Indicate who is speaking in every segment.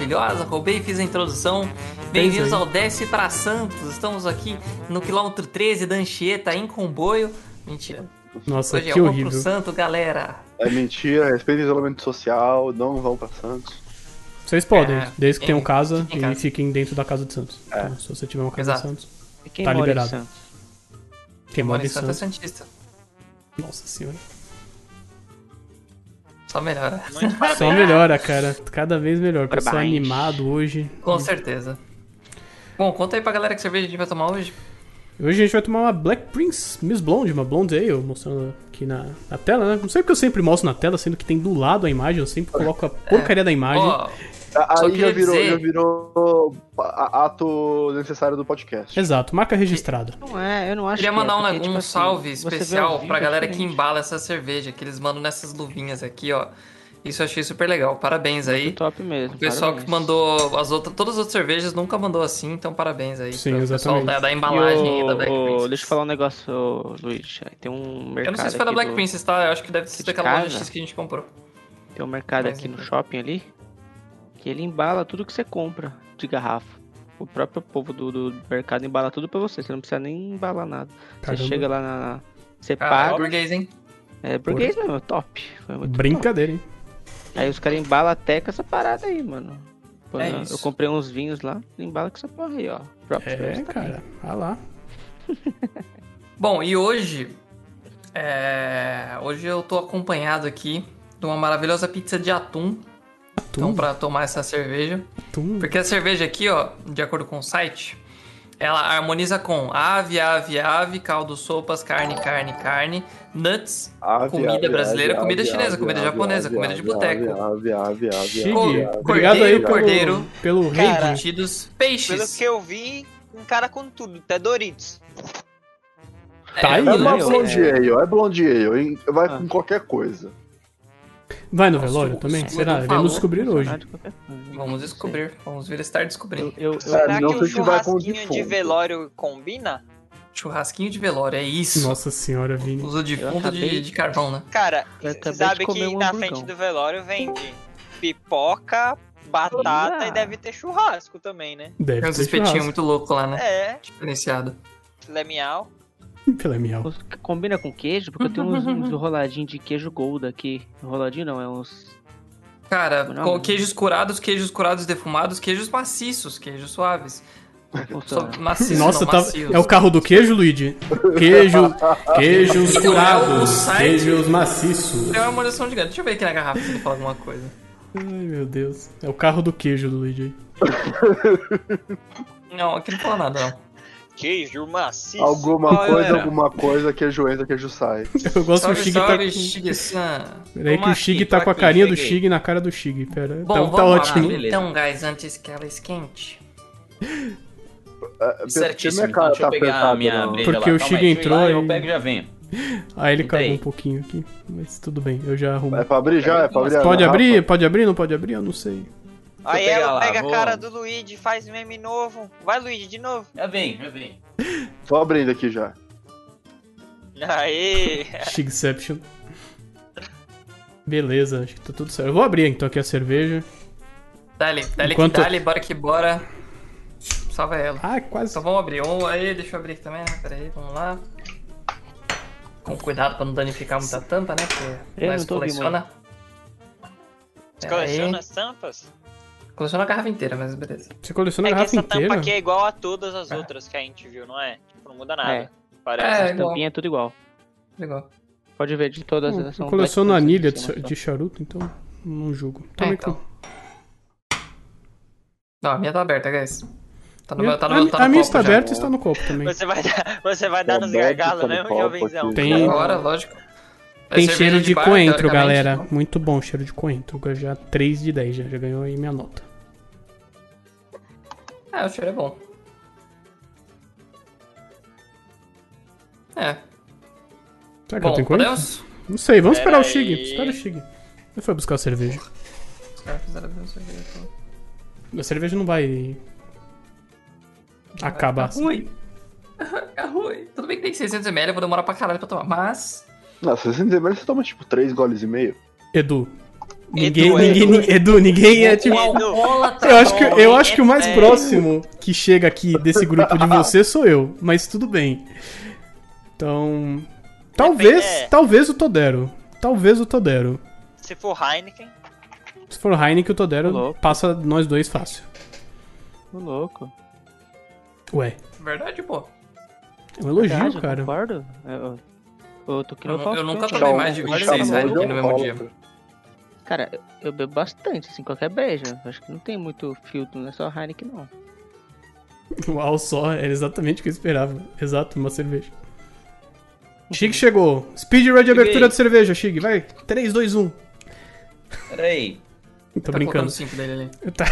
Speaker 1: maravilhosa. Roubei e fiz a introdução. Bem-vindos ao Desce para Santos. Estamos aqui no quilômetro 13 da Anchieta, em comboio. Mentira.
Speaker 2: Nossa,
Speaker 1: Hoje
Speaker 2: que
Speaker 1: é uma
Speaker 2: horrível.
Speaker 1: pro santo, galera.
Speaker 3: É mentira, respeita o isolamento social, não vão pra Santos.
Speaker 2: Vocês podem,
Speaker 1: É,
Speaker 2: desde que
Speaker 1: quem-
Speaker 2: tenham casa
Speaker 1: quem
Speaker 2: e
Speaker 1: casa.
Speaker 2: fiquem dentro da casa de Santos.
Speaker 3: É.
Speaker 2: Então, se você tiver uma casa
Speaker 1: Exato.
Speaker 2: de Santos,
Speaker 4: E quem
Speaker 2: Tá
Speaker 4: mora
Speaker 2: liberado.
Speaker 4: em Santos?
Speaker 2: quem mora em
Speaker 1: Santo é
Speaker 2: Santos.
Speaker 1: Santista.
Speaker 2: Nossa senhora.
Speaker 1: Só melhora.
Speaker 2: Só melhora, cara. Cada vez melhor.
Speaker 4: Parabéns.
Speaker 2: Pessoal animado hoje.
Speaker 1: Com certeza. Bom, conta aí pra galera que cerveja a gente vai tomar hoje.
Speaker 2: Hoje a gente vai tomar uma Black Prince Miss Blonde, uma Blonde Ale, mostrando aqui na, na tela, né? Não sei porque eu sempre mostro na tela, sendo que tem do lado a imagem, eu sempre coloco a porcaria da imagem.
Speaker 1: É. Ó,
Speaker 3: A-
Speaker 1: Só
Speaker 3: Aí
Speaker 1: queria
Speaker 3: já virou,
Speaker 1: dizer-
Speaker 3: já virou a- ato necessário do podcast.
Speaker 2: Exato, marca registrada.
Speaker 4: Não é, eu não acho
Speaker 1: queria
Speaker 4: que
Speaker 1: mandar
Speaker 4: é,
Speaker 1: um,
Speaker 4: porque,
Speaker 1: um
Speaker 4: tipo assim,
Speaker 1: salve
Speaker 4: você vê ao
Speaker 1: especial
Speaker 4: vivo
Speaker 1: pra
Speaker 4: é
Speaker 1: galera que
Speaker 4: diferente.
Speaker 1: embala essa cerveja, que eles mandam nessas luvinhas aqui, ó. Isso eu achei super legal. Parabéns aí.
Speaker 4: Top mesmo.
Speaker 1: O pessoal
Speaker 4: parabéns.
Speaker 1: que mandou as outras, todas as outras cervejas nunca mandou assim, então parabéns aí.
Speaker 2: Sim,
Speaker 1: pro pessoal
Speaker 2: exatamente.
Speaker 1: da, da
Speaker 4: E
Speaker 1: embalagem
Speaker 4: o-
Speaker 1: da Black
Speaker 4: o-
Speaker 1: Princess.
Speaker 4: Deixa eu falar um negócio, ô, Luiz. Tem um mercado.
Speaker 1: Eu não sei se foi da
Speaker 4: aqui
Speaker 1: Black
Speaker 4: do-
Speaker 1: Princess, tá? Eu acho que deve ser
Speaker 4: de
Speaker 1: daquela loja
Speaker 4: casa.
Speaker 1: X que a gente comprou.
Speaker 4: Tem um mercado
Speaker 1: Mas
Speaker 4: aqui no
Speaker 1: então.
Speaker 4: shopping ali. Que ele embala tudo que você compra de garrafa. O próprio povo do, do mercado embala tudo pra você. Você não precisa nem embalar nada.
Speaker 2: Caramba.
Speaker 4: Você chega lá na. na- Você
Speaker 1: Cara,
Speaker 4: paga.
Speaker 1: burguês, hein?
Speaker 4: É burguês mesmo, top. Foi muito
Speaker 2: Brincadeira, hein?
Speaker 4: Aí os caras embalam até com essa parada aí, mano. Pô,
Speaker 1: É
Speaker 4: eu
Speaker 1: isso.
Speaker 4: comprei uns vinhos lá, embala com essa porra aí, ó. Próprio
Speaker 2: É,
Speaker 4: serviço tá
Speaker 2: cara. Ah lá.
Speaker 1: Bom, e hoje. é, Hoje eu tô acompanhado aqui de uma maravilhosa pizza de atum. Então,
Speaker 2: Atum,
Speaker 1: pra tomar essa cerveja.
Speaker 2: atum.
Speaker 1: Porque a cerveja aqui, ó, de acordo com o site, ela harmoniza com ave, ave, ave, caldo, sopas, carne, carne, carne, nuts,
Speaker 3: Ave,
Speaker 1: Comida
Speaker 3: ave,
Speaker 1: brasileira,
Speaker 3: ave,
Speaker 1: comida
Speaker 3: ave,
Speaker 1: chinesa,
Speaker 3: ave,
Speaker 1: comida
Speaker 3: ave,
Speaker 1: japonesa,
Speaker 3: ave,
Speaker 1: comida de
Speaker 3: ave,
Speaker 1: boteco.
Speaker 3: Ave, ave, ave,
Speaker 2: Chique.
Speaker 3: ave, ave.
Speaker 2: Obrigado aí pelo,
Speaker 1: cordeiro.
Speaker 2: pelo
Speaker 5: Cara.
Speaker 2: rating.
Speaker 1: embutidos,
Speaker 5: Pelo
Speaker 1: peixes.
Speaker 5: que eu vi, um cara com tudo, até Doritos.
Speaker 2: Tá aí,
Speaker 3: É uma
Speaker 2: né?
Speaker 3: blonde ale, é blonde ale, hein? vai
Speaker 2: Ah.
Speaker 3: com qualquer coisa.
Speaker 2: Vai no
Speaker 1: Nossa,
Speaker 2: velório
Speaker 1: o-
Speaker 2: também?
Speaker 1: o-
Speaker 2: Será?
Speaker 1: o-
Speaker 2: Iremos
Speaker 1: falou.
Speaker 2: descobrir hoje.
Speaker 4: funcionário de qualquer
Speaker 2: É,
Speaker 4: forma.
Speaker 1: Vamos descobrir, vamos vir estar
Speaker 4: Eu,
Speaker 1: descobrindo.
Speaker 4: eu, eu-
Speaker 3: Cara,
Speaker 5: Será
Speaker 3: não
Speaker 5: que um
Speaker 3: sei se vai com o
Speaker 5: churrasquinho de,
Speaker 3: defunto.
Speaker 5: velório combina?
Speaker 1: Churrasquinho de velório, é isso.
Speaker 2: Nossa senhora, Vini.
Speaker 1: Uso de
Speaker 4: Eu
Speaker 1: fundo de,
Speaker 4: acabei-
Speaker 1: de carvão, né?
Speaker 5: Cara,
Speaker 4: Eu acabei
Speaker 5: você sabe
Speaker 4: de comer
Speaker 5: que
Speaker 4: um
Speaker 5: na
Speaker 4: hamburgão.
Speaker 5: frente do velório vende pipoca, batata
Speaker 4: Olha.
Speaker 5: e deve ter churrasco também, né?
Speaker 2: Deve
Speaker 1: Tem uns
Speaker 2: ter
Speaker 1: espetinhos
Speaker 2: churrasco.
Speaker 1: muito louco lá, né?
Speaker 5: É,
Speaker 1: Diferenciado.
Speaker 5: filé miau.
Speaker 2: Pela miau.
Speaker 4: os que Combina com queijo? Porque eu tenho uns, uns enroladinhos de queijo gold aqui. Enroladinho não, é uns.
Speaker 1: Cara,
Speaker 4: Não,
Speaker 1: com
Speaker 4: não.
Speaker 1: queijos curados, queijos curados defumados, queijos maciços, queijos suaves. Só
Speaker 4: Nossa,
Speaker 1: maciços,
Speaker 2: Tá. Nossa,
Speaker 1: não,
Speaker 2: tá...
Speaker 1: macios.
Speaker 2: é o carro do queijo, Luigi? Queijo,
Speaker 1: Não,
Speaker 2: queijos
Speaker 1: é o
Speaker 2: curados,
Speaker 1: site.
Speaker 2: queijos maciços.
Speaker 1: É uma harmonização gigante. Deixa eu ver aqui na garrafa se ele fala alguma coisa.
Speaker 2: Ai, meu Deus. É o carro do queijo do Luigi.
Speaker 1: Não, aqui não fala nada, não.
Speaker 5: Queijo maciço.
Speaker 3: Alguma
Speaker 5: Qual é,
Speaker 3: coisa,
Speaker 5: era?
Speaker 3: alguma coisa, queijo entra, queijo sai.
Speaker 2: Eu gosto
Speaker 1: Salve,
Speaker 2: que o Shig tá...
Speaker 1: salve, Shig-san.
Speaker 2: Peraí que
Speaker 5: Toma
Speaker 2: o Shig
Speaker 5: aqui,
Speaker 2: tá
Speaker 5: tô
Speaker 2: com a
Speaker 5: aqui,
Speaker 2: carinha do
Speaker 5: cheguei.
Speaker 2: Shig na cara do Shig. Pera,
Speaker 1: Bom,
Speaker 2: tá,
Speaker 1: vamos
Speaker 2: tá
Speaker 1: lá.
Speaker 2: ótimo.
Speaker 5: beleza.
Speaker 1: Então, guys, antes que ela esquente.
Speaker 3: Tá Certíssimo,
Speaker 6: Certíssimo, então deixa eu pegar a minha
Speaker 3: tá não.
Speaker 6: breja
Speaker 2: Porque
Speaker 6: lá.
Speaker 2: o
Speaker 6: Calma
Speaker 2: Chico
Speaker 6: aí, deixa eu ir
Speaker 2: entrou
Speaker 6: lá,
Speaker 2: e-
Speaker 6: Eu pego e já venho.
Speaker 2: Ah, ele
Speaker 6: Então
Speaker 2: cagou
Speaker 6: aí.
Speaker 2: um pouquinho aqui, mas tudo bem, eu já arrumo.
Speaker 3: É pra abrir já? É pra abrir a
Speaker 2: Pode
Speaker 3: garrafa?
Speaker 2: abrir? Pode abrir? Não pode abrir? Eu não sei.
Speaker 5: Aí
Speaker 6: pegar
Speaker 5: ela
Speaker 6: lá,
Speaker 5: pega
Speaker 6: vou-
Speaker 5: a cara do Luigi, faz meme novo. Vai, Luigi, de novo.
Speaker 6: Já vem, já vem.
Speaker 3: Tô abrindo aqui já.
Speaker 5: Aê!
Speaker 2: Shigception. Beleza, acho que tá tudo certo. Eu vou abrir então aqui a cerveja.
Speaker 1: Dale, dale
Speaker 2: Enquanto-
Speaker 1: que dale, bora que bora. Salva ela.
Speaker 2: Ah, quase.
Speaker 1: Só vamos abrir um aí, deixa eu abrir aqui também, né? Pera aí, vamos lá. Com cuidado pra não danificar muita tampa, né? Porque
Speaker 4: Eu
Speaker 1: nós
Speaker 4: não tô
Speaker 1: coleciona.
Speaker 5: Você
Speaker 1: Pera aí.
Speaker 5: coleciona as tampas?
Speaker 1: Coleciona a garrafa inteira, mas beleza.
Speaker 2: Você coleciona a
Speaker 5: É que
Speaker 2: garrafa
Speaker 5: essa tampa
Speaker 2: inteira?
Speaker 5: aqui é igual a todas as outras que a gente viu, não é? Tipo, não muda
Speaker 4: É.
Speaker 5: nada. Parece.
Speaker 1: É,
Speaker 4: as
Speaker 1: igual.
Speaker 4: tampinhas é tudo igual.
Speaker 1: Legal.
Speaker 4: Pode ver de todas
Speaker 2: Não,
Speaker 4: elas.
Speaker 2: eu
Speaker 4: são
Speaker 2: coleciono
Speaker 4: black
Speaker 2: anilha de,
Speaker 4: prints,
Speaker 2: cha-
Speaker 4: né?
Speaker 2: de charuto, então não julgo. Tomei
Speaker 1: assim, então.
Speaker 2: com-
Speaker 1: Não, a minha tá aberta, guys. Tá no
Speaker 2: Minha-
Speaker 1: meu, tá no,
Speaker 2: a,
Speaker 1: tá no
Speaker 2: Ah, a minha
Speaker 1: copo
Speaker 2: está
Speaker 1: já.
Speaker 2: aberta e está no copo também.
Speaker 5: Você vai dar, você vai dar nos
Speaker 3: Roberto
Speaker 5: gargalos,
Speaker 3: Paulo
Speaker 5: né, um
Speaker 3: Paulo
Speaker 5: jovenzão?
Speaker 3: aqui.
Speaker 2: Tem,
Speaker 1: Tá Agora, lógico. É
Speaker 2: tem
Speaker 1: cerveja
Speaker 2: cheiro de,
Speaker 1: bar,
Speaker 2: coentro,
Speaker 1: teoricamente,
Speaker 2: galera.
Speaker 1: então.
Speaker 2: Muito bom cheiro de coentro. Já 3 de 10, já, já ganhou aí minha nota.
Speaker 1: É, o cheiro é bom. É.
Speaker 2: Será que eu
Speaker 1: Bom,
Speaker 2: tenho coentro?
Speaker 1: podemos?
Speaker 2: Não sei, vamos
Speaker 5: Pera
Speaker 2: esperar o Shig.
Speaker 5: aí.
Speaker 2: Espera o Shig. Ele foi buscar a cerveja.
Speaker 1: Os caras fizeram a mesma cerveja. então.
Speaker 2: A cerveja não vai. acabar.
Speaker 1: Tá ruim. É ruim. Tudo bem que tem 600ml, eu vou demorar pra caralho pra tomar, mas...
Speaker 3: Nossa, se você não tem mais, você toma tipo 3 goles e meio.
Speaker 2: Edu, Ninguém,
Speaker 5: Edu,
Speaker 2: ninguém,
Speaker 5: Edu.
Speaker 2: ni- Edu, ninguém é tipo.
Speaker 1: Um alcoólatra
Speaker 2: Eu acho que, eu acho que o mais
Speaker 1: é-
Speaker 2: próximo que chega aqui desse grupo de você sou eu, mas tudo bem. Então. Talvez,
Speaker 5: Depende- é.
Speaker 2: talvez o Todero. Talvez o Todero.
Speaker 5: Se for Heineken,
Speaker 2: Se for Heineken, o Todero
Speaker 4: Louco.
Speaker 2: passa nós dois fácil.
Speaker 4: Ô, louco.
Speaker 2: Ué,
Speaker 1: Verdade, pô.
Speaker 2: é um elogio,
Speaker 4: Verdade, eu
Speaker 2: cara.
Speaker 4: Concordo. É, Eu, eu tô que
Speaker 1: Eu
Speaker 4: nem o
Speaker 1: nu-
Speaker 4: Faustão,
Speaker 1: eu nunca
Speaker 4: cara.
Speaker 1: tomei mais de
Speaker 3: Então,
Speaker 1: 26
Speaker 3: chamou
Speaker 4: né?
Speaker 1: Heineken né,
Speaker 3: de
Speaker 1: no mesmo dia.
Speaker 3: alcoólatra.
Speaker 4: Cara, eu- eu bebo bastante, assim, qualquer breja. Acho que não tem muito filtro, não é só Heineken, não.
Speaker 2: Uau, só, era exatamente o que eu esperava. Exato, uma cerveja. Chig chegou. Speedrun de abertura de cerveja, Chig. Vai. 3, 2, 1.
Speaker 6: Peraí.
Speaker 2: Tô
Speaker 1: tá colocando
Speaker 2: brincando.
Speaker 1: 5 dele ali.
Speaker 2: Tá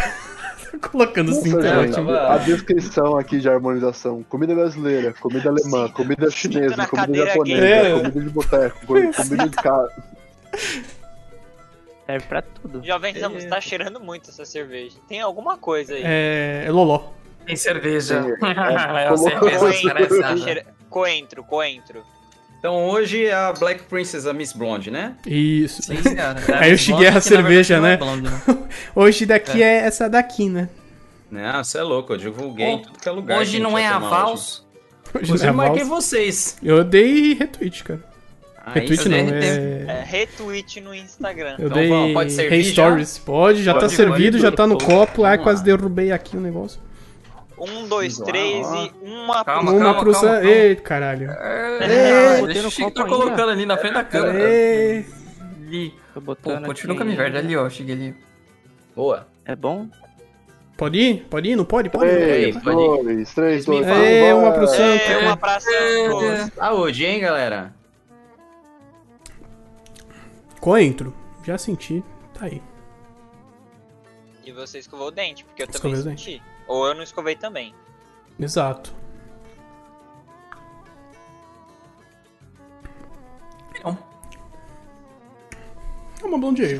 Speaker 2: colocando
Speaker 3: Nossa,
Speaker 2: 5,
Speaker 3: gente,
Speaker 2: tá
Speaker 6: eu
Speaker 2: ótimo.
Speaker 6: tava-
Speaker 3: A descrição aqui de harmonização: comida brasileira, comida alemã,
Speaker 5: Sim.
Speaker 3: comida
Speaker 5: Sinto
Speaker 3: chinesa,
Speaker 5: na
Speaker 3: comida
Speaker 5: cadeira
Speaker 3: japonesa,
Speaker 2: gay.
Speaker 3: comida de boteco, co- comida de casa.
Speaker 4: Serve pra tudo.
Speaker 5: Jovem Samus tá cheirando muito essa cerveja. Tem alguma coisa aí.
Speaker 2: É, é Loló.
Speaker 1: Tem cerveja.
Speaker 3: É,
Speaker 1: É uma cerveja
Speaker 3: colocou-
Speaker 5: assim,
Speaker 1: desgraçada.
Speaker 5: Cheira- Coentro, coentro.
Speaker 6: Então hoje é a Black Princess, a Miss Blonde, né?
Speaker 2: Isso.
Speaker 1: Sim, senhora.
Speaker 2: Aí eu cheguei a
Speaker 1: Blonde, que na
Speaker 2: cerveja,
Speaker 1: verdade
Speaker 2: né?
Speaker 1: não é blonde,
Speaker 2: Hoje daqui é. essa daqui, né?
Speaker 6: Não, você é louco, eu divulguei em
Speaker 1: Bom,
Speaker 6: tudo que é lugar.
Speaker 1: Hoje
Speaker 6: gente,
Speaker 1: não é
Speaker 6: vai
Speaker 1: a
Speaker 6: tomar hoje.
Speaker 1: Vals.
Speaker 2: Hoje
Speaker 6: Hoje
Speaker 2: não é
Speaker 6: eu marquei
Speaker 2: valsa.
Speaker 6: vocês. Ah,
Speaker 2: Eu dei retweet, cara.
Speaker 6: Aí
Speaker 2: retweet
Speaker 6: sim.
Speaker 2: não,
Speaker 1: dei
Speaker 2: é...
Speaker 5: É, retweet no Instagram.
Speaker 2: Eu
Speaker 6: Então
Speaker 2: dei
Speaker 6: vamos, pode servir
Speaker 2: hey
Speaker 6: já?
Speaker 2: stories. Pode, já tá
Speaker 6: Pode,
Speaker 2: servido,
Speaker 6: pode.
Speaker 2: já tá no
Speaker 6: Pô,
Speaker 2: copo. Ai,
Speaker 6: vamos
Speaker 2: quase
Speaker 6: lá.
Speaker 2: derrubei aqui o negócio.
Speaker 5: Um, dois,
Speaker 6: Vamos lá,
Speaker 5: três
Speaker 6: ó.
Speaker 5: e uma
Speaker 1: Calma,
Speaker 2: Uma
Speaker 1: calma,
Speaker 2: pro
Speaker 1: calma,
Speaker 2: Sam-
Speaker 1: calma.
Speaker 2: Ei, caralho.
Speaker 1: É,
Speaker 4: eu botei
Speaker 1: deixa
Speaker 4: no
Speaker 1: o Chico
Speaker 4: copo
Speaker 1: tá
Speaker 4: ainda.
Speaker 1: colocando ali na frente
Speaker 2: É.
Speaker 1: da
Speaker 6: É.
Speaker 1: câmera.
Speaker 2: Ei.
Speaker 1: Ali.
Speaker 4: Tô
Speaker 1: Pô,
Speaker 4: botando
Speaker 1: continua
Speaker 4: aqui.
Speaker 1: com a minha verde ali, ó. Cheguei ali.
Speaker 6: Boa.
Speaker 4: É bom?
Speaker 2: Pode ir? Pode ir? Não pode? Pode.
Speaker 6: Ei,
Speaker 3: 3,
Speaker 6: pode ir.
Speaker 3: 2, 3,
Speaker 6: Vocês me
Speaker 3: 2,
Speaker 6: falam.
Speaker 2: Ei, uma pro Sam.
Speaker 5: É, uma praça.
Speaker 6: Saúde, hein, galera?
Speaker 2: Coentro. é Já senti. Tá aí.
Speaker 5: E você escovou o dente, porque eu também
Speaker 2: Escovei o
Speaker 5: senti. Ou eu não escovei também.
Speaker 2: Exato.
Speaker 1: Então,
Speaker 2: É uma blonde ale.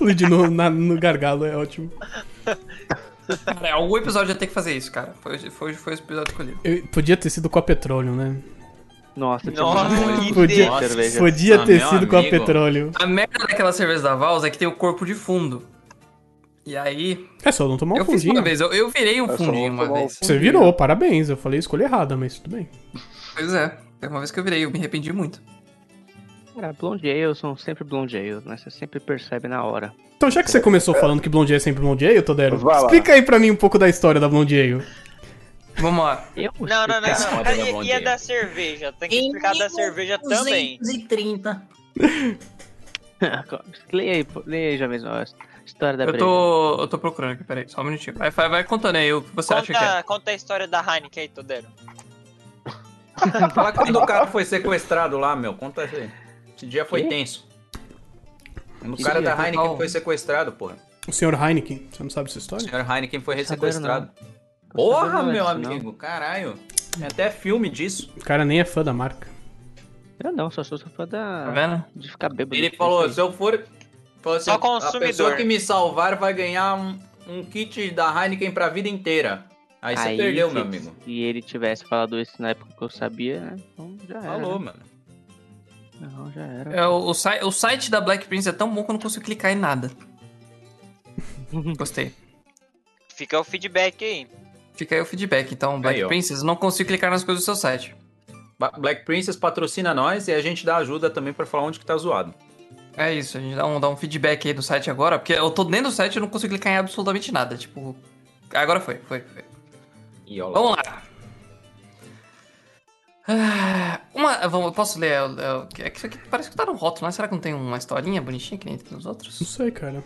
Speaker 5: Luiz.
Speaker 2: Lid no, na- no gargalo é ótimo.
Speaker 1: Cara, algum episódio ia ter que fazer isso, cara. Foi, foi, foi o episódio escolhido.
Speaker 2: Eu- podia ter sido com a petróleo, né?
Speaker 4: Nossa, tinha
Speaker 5: Nossa,
Speaker 4: muito
Speaker 5: que
Speaker 2: Podia-
Speaker 5: delícia.
Speaker 6: Nossa, cerveja.
Speaker 2: Podia
Speaker 6: Ah,
Speaker 2: ter
Speaker 6: meu
Speaker 2: sido com a
Speaker 6: amigo.
Speaker 2: petróleo.
Speaker 1: A merda daquela cerveja da Vals é que tem o corpo de fundo. E aí,
Speaker 2: É só não tomar um
Speaker 1: eu fiz uma
Speaker 2: fundinho.
Speaker 1: vez, eu, eu virei um
Speaker 3: só
Speaker 1: fundinho
Speaker 3: vou
Speaker 1: uma
Speaker 3: tomar um
Speaker 1: vez.
Speaker 2: Você virou, parabéns. Eu falei a escolha errada, mas tudo bem.
Speaker 1: Pois é, foi uma vez que eu virei, eu me arrependi muito.
Speaker 4: Cara, blonde ale são sempre blonde ale, né? Você sempre percebe na hora.
Speaker 2: Então, já que você começou falando que Blondie é sempre Blondie, Ale, Todero,
Speaker 3: Vai lá.
Speaker 2: explica aí pra mim um pouco da história da Blondie Ale.
Speaker 1: Vamos lá.
Speaker 4: Eu?
Speaker 5: Não, não, não.
Speaker 6: Essa
Speaker 5: não.
Speaker 6: moda da
Speaker 5: Cadê- E a
Speaker 6: Bondia?
Speaker 5: da cerveja? Tem que explicar da cerveja também.
Speaker 1: 230.
Speaker 4: leia aí, pô. leia aí já mesmo a história da
Speaker 1: Eu
Speaker 4: breja.
Speaker 6: né?
Speaker 1: tô, eu tô procurando aqui, peraí, só um minutinho. Vai, vai, vai contando aí o que você acha que é.
Speaker 5: Conta, conta a história da Heineken aí, Todero.
Speaker 6: Fala quando o cara foi sequestrado lá, meu. Conta aí. Esse dia foi
Speaker 4: Quê?
Speaker 6: tenso. O
Speaker 4: Esse
Speaker 6: cara
Speaker 4: dia
Speaker 6: da
Speaker 1: foi
Speaker 6: Heineken
Speaker 1: qual?
Speaker 6: foi sequestrado, porra.
Speaker 2: O senhor Heineken, você não sabe essa
Speaker 6: O
Speaker 2: história?
Speaker 6: senhor Heineken foi
Speaker 4: Não saberam,
Speaker 6: sequestrado.
Speaker 4: Tô
Speaker 6: Porra,
Speaker 4: sabendo
Speaker 6: meu
Speaker 4: disso, não.
Speaker 6: amigo. Caralho. Tem até filme disso.
Speaker 2: O cara nem é fã da marca.
Speaker 4: Eu não, só sou
Speaker 1: Tá
Speaker 4: fã da...
Speaker 1: vendo?
Speaker 4: de ficar bêbado.
Speaker 6: Ele falou, se eu for... Falou, se
Speaker 5: Só
Speaker 6: eu- a
Speaker 5: consumidor.
Speaker 6: pessoa que me salvar vai ganhar um, um kit da Heineken pra vida inteira. Aí você perdeu,
Speaker 4: se-
Speaker 6: meu amigo.
Speaker 4: Se ele tivesse falado isso na época que eu sabia, né? Então já era.
Speaker 6: Falou,
Speaker 4: né?
Speaker 6: mano.
Speaker 4: Não, já era.
Speaker 1: É, o, o sai- o site da Black Prince é tão bom que eu não consigo clicar em nada. Gostei.
Speaker 5: Fica o feedback aí.
Speaker 1: Fica aí o feedback, então, Black
Speaker 6: Aí, ó.
Speaker 1: Princess, não consigo clicar nas coisas do seu site.
Speaker 6: Ba- Black Princess patrocina nós e a gente dá ajuda também pra falar onde que tá zoado.
Speaker 1: É isso, a gente dá um, dá um feedback aí do site agora, porque eu tô dentro do site e eu não consigo clicar em absolutamente nada. Tipo, agora foi, foi, foi.
Speaker 6: E ó lá.
Speaker 1: Vamos lá. Ah, Uma, vamos, eu posso ler? é, é, É que isso aqui parece que tá no rótulo, mas será que não tem uma historinha bonitinha que nem tem nos
Speaker 2: Não
Speaker 1: outros?
Speaker 2: sei, cara.
Speaker 4: Não.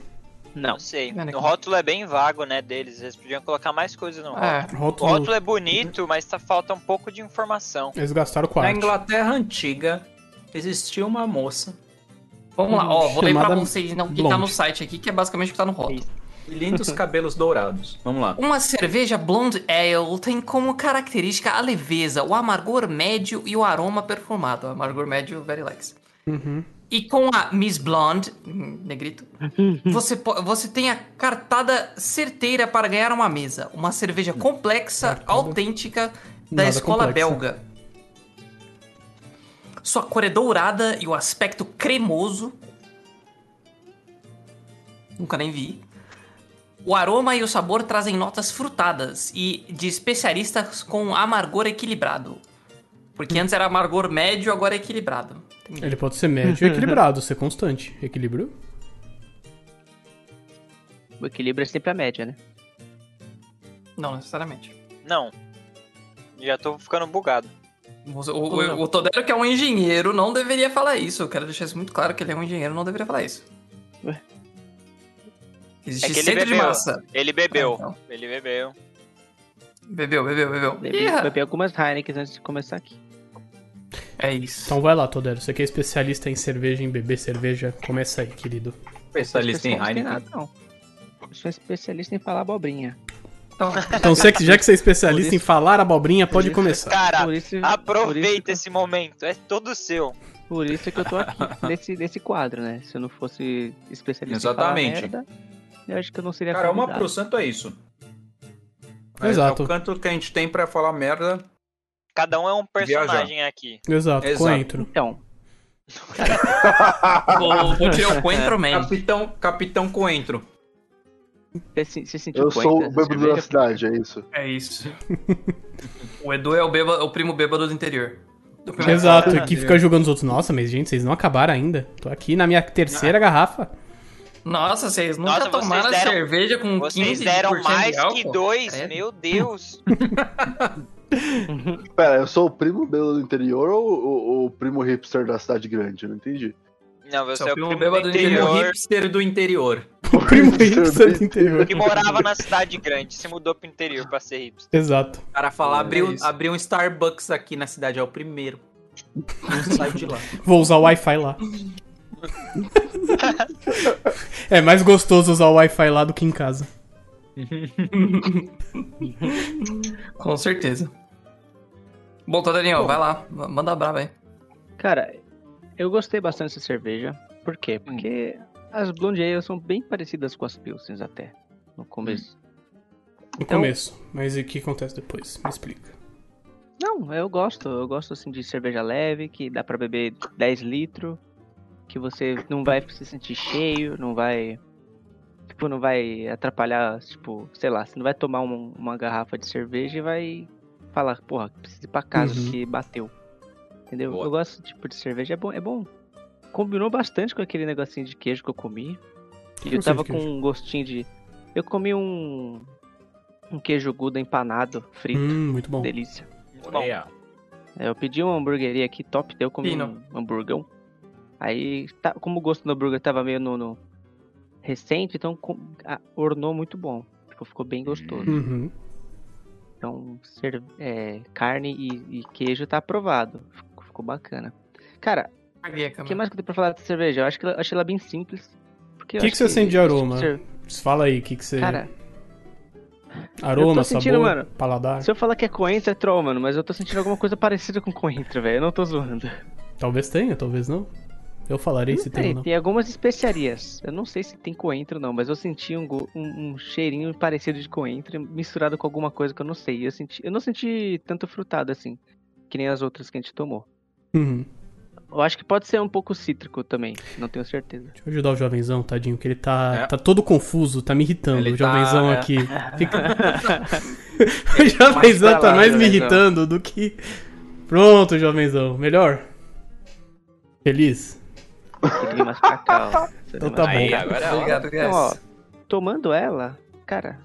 Speaker 5: Não sei.
Speaker 1: Olha aqui.
Speaker 5: O rótulo é bem vago, né, deles. Eles podiam colocar mais coisa no rótulo.
Speaker 1: Ah,
Speaker 5: O
Speaker 2: Rótulo.
Speaker 5: rótulo é bonito, mas tá, falta um pouco de informação.
Speaker 2: Eles gastaram com a
Speaker 6: Na
Speaker 2: arte.
Speaker 6: Inglaterra antiga, existia uma moça,
Speaker 1: vamos lá, ó, vou ler pra
Speaker 2: Chamada
Speaker 1: vocês não o que tá
Speaker 2: Blonde.
Speaker 1: no site aqui, que é basicamente o que tá no rótulo.
Speaker 6: de lindos cabelos dourados. Vamos lá.
Speaker 1: Uma cerveja blonde ale tem como característica a leveza, o amargor médio e o aroma perfumado. Amargor médio, very likes.
Speaker 2: Uhum.
Speaker 1: E com a Miss Blonde, hum, negrito,
Speaker 2: Hum.
Speaker 1: você, po- você tem a cartada certeira para ganhar uma mesa. Uma cerveja complexa,
Speaker 2: Hum. Cartada.
Speaker 1: autêntica, da
Speaker 2: Nada
Speaker 1: escola
Speaker 2: complexa.
Speaker 1: belga. Sua cor é dourada e o aspecto cremoso. nunca nem vi. O aroma e o sabor trazem notas frutadas e de especialistas com amargor equilibrado. Porque
Speaker 2: Hum.
Speaker 1: antes era amargor médio, agora é equilibrado. Entendi.
Speaker 2: Ele pode ser médio e equilibrado, ser constante. Equilíbrio?
Speaker 4: O equilíbrio é sempre a média, né?
Speaker 1: Não necessariamente.
Speaker 5: Não. Já tô ficando bugado.
Speaker 1: O, o, o Todero, que é um engenheiro, não deveria falar isso. Eu quero deixar isso muito claro que ele é um engenheiro, não deveria falar isso.
Speaker 4: Ué.
Speaker 5: É
Speaker 1: Existe
Speaker 5: que ele
Speaker 1: centro de
Speaker 5: bebeu.
Speaker 1: massa.
Speaker 5: Ele bebeu.
Speaker 1: Ah, então.
Speaker 5: Ele bebeu.
Speaker 1: Bebeu, bebeu, bebeu.
Speaker 4: Bebi,
Speaker 1: Ih,
Speaker 4: bebi algumas Heineken antes de começar aqui.
Speaker 1: É isso.
Speaker 2: Então vai lá, Todero. Você que é especialista em cerveja, em beber cerveja, começa aí, querido.
Speaker 6: Especialista em
Speaker 4: Pessoal, não tem
Speaker 6: Heineken.
Speaker 4: nada, não. Eu sou especialista em falar abobrinha.
Speaker 1: Então,
Speaker 2: Então, você que- já que você é especialista
Speaker 4: Por
Speaker 2: em
Speaker 4: isso-
Speaker 2: falar abobrinha, pode
Speaker 4: isso-
Speaker 2: começar.
Speaker 5: Cara,
Speaker 4: por isso,
Speaker 5: Tá, aproveita
Speaker 4: por isso,
Speaker 5: esse momento. É todo seu.
Speaker 4: por isso que eu tô aqui, nesse, nesse quadro, né? Se eu não fosse especialista
Speaker 6: Exatamente.
Speaker 4: em falar merda, eu acho que eu não seria
Speaker 6: Cara, uma
Speaker 4: convidado.
Speaker 6: pro santo é isso.
Speaker 2: Exato.
Speaker 6: É o canto que a gente tem pra falar merda.
Speaker 5: Cada um é um personagem aqui.
Speaker 2: Exato,
Speaker 6: Exato.
Speaker 2: coentro.
Speaker 4: Então,
Speaker 1: vou, Tá vou tirar o
Speaker 2: É.
Speaker 1: coentro, man.
Speaker 6: Capitão, Capitão Coentro.
Speaker 4: você se, se sentiu
Speaker 3: Eu
Speaker 4: coentro
Speaker 3: sou o
Speaker 4: dessa
Speaker 3: bêbado
Speaker 4: cerveja?
Speaker 3: da cidade, é isso.
Speaker 1: É isso. o Edu é o, bêbado, o primo bêbado do interior. Do primeiro-
Speaker 2: Exato, e que fica julgando os outros. Nossa, mas gente, vocês não acabaram ainda. Tô aqui na minha terceira
Speaker 4: Ah.
Speaker 2: garrafa.
Speaker 1: Nossa, vocês nunca
Speaker 5: Nossa, vocês
Speaker 1: tomaram
Speaker 5: deram-
Speaker 1: cerveja com 15%
Speaker 5: Vocês deram
Speaker 1: de
Speaker 5: mais que
Speaker 1: álcool?
Speaker 5: dois,
Speaker 1: Credo.
Speaker 5: meu Deus.
Speaker 3: Pera, eu sou o primo belo do interior ou o, o primo hipster da cidade grande? Eu Não entendi.
Speaker 5: Não, você
Speaker 1: Só
Speaker 5: é o
Speaker 1: que o
Speaker 5: primo do
Speaker 1: bêbado
Speaker 6: Ele é o
Speaker 5: interior
Speaker 6: hipster do interior.
Speaker 2: O primo hipster do interior.
Speaker 5: que morava na cidade grande, se mudou pro interior pra ser hipster.
Speaker 2: Exato.
Speaker 6: O cara fala,
Speaker 1: É
Speaker 6: abriu,
Speaker 1: isso.
Speaker 6: abriu um Starbucks aqui na cidade, é o primeiro. Não sai de lá.
Speaker 2: Vou usar o Wi-Fi lá. É mais gostoso usar o Wi-Fi lá do que em casa.
Speaker 1: Com certeza. Bom, tá, Daniel, vai lá. ma- Manda brava aí.
Speaker 4: Cara, eu gostei bastante dessa cerveja. Por quê?
Speaker 6: Hum.
Speaker 4: Porque as Blonde Ale são bem parecidas com as Pilsens até, no começo.
Speaker 2: No
Speaker 4: Então-
Speaker 2: começo. Mas e o que acontece depois? Me explica.
Speaker 4: Não, eu gosto. Eu gosto assim de cerveja leve, que dá pra beber 10 litros, que você não vai se sentir cheio, não vai. Tipo, não vai atrapalhar, tipo, sei lá, você não vai tomar um- uma garrafa de cerveja e vai falar, porra, preciso ir pra casa
Speaker 2: Uhum.
Speaker 4: porque bateu. Entendeu?
Speaker 6: Boa.
Speaker 4: Eu gosto desse tipo de cerveja, é bom, é bom. Combinou bastante com aquele negocinho de queijo que eu comi. E eu
Speaker 2: Negocinho
Speaker 4: tava
Speaker 2: de
Speaker 4: com
Speaker 2: queijo?
Speaker 4: um gostinho de. Eu comi um. um queijo Gouda empanado, frito.
Speaker 2: Hum, muito bom.
Speaker 4: Delícia.
Speaker 5: Muito bom.
Speaker 6: Olha.
Speaker 4: É, Eu pedi uma hamburgueria aqui top, daí eu comi
Speaker 1: Fino.
Speaker 4: um hamburgão. Aí, tá- como o gosto do hambúrguer tava meio no, no- recente, então com- a- ornou muito bom. Tipo, ficou bem gostoso.
Speaker 2: Uhum.
Speaker 4: Então, cer- é, carne e, e queijo tá aprovado. Ficou, ficou bacana. Cara,
Speaker 1: Caguei a
Speaker 4: o que
Speaker 1: câmera.
Speaker 4: mais que eu tenho pra falar dessa cerveja? Eu acho que ela, achei ela bem simples. O
Speaker 2: Que que você sente de aroma? Fala aí, o que, que você.
Speaker 4: Cara, eu
Speaker 2: Aroma,
Speaker 4: tô sentindo,
Speaker 2: sabor,
Speaker 4: mano.
Speaker 2: paladar.
Speaker 4: se eu falar que é coentro, é troll, mano. Mas eu tô sentindo alguma coisa parecida com coentro, velho. Eu não tô zoando.
Speaker 2: Talvez tenha, talvez não. Eu falarei
Speaker 4: Não
Speaker 2: se tem ou não.
Speaker 4: Tem algumas especiarias. Eu não sei se tem coentro ou não, mas eu senti um, go- um- um cheirinho parecido de coentro misturado com alguma coisa que eu não sei. Eu, senti, eu não senti tanto frutado assim, que nem as outras que a gente tomou.
Speaker 2: Uhum.
Speaker 4: Eu acho que pode ser um pouco cítrico também, não tenho certeza.
Speaker 2: Deixa eu ajudar o jovenzão, tadinho, que ele tá,
Speaker 6: É.
Speaker 2: tá todo confuso, tá me irritando.
Speaker 6: Ele
Speaker 2: o jovenzão
Speaker 6: tá, é.
Speaker 2: aqui. Fica... o jovenzão
Speaker 4: pra
Speaker 2: tá
Speaker 4: lá,
Speaker 6: né,
Speaker 2: mais me
Speaker 4: jovenzão.
Speaker 6: então.
Speaker 2: irritando do que. Pronto, jovenzão. Melhor? Feliz?
Speaker 4: Queria mais pra cá, ó.
Speaker 2: Então tá
Speaker 6: Aí,
Speaker 2: bom.
Speaker 6: agora é hora.
Speaker 1: Obrigado,
Speaker 4: Então, ó,
Speaker 1: guys.
Speaker 4: tomando ela, cara,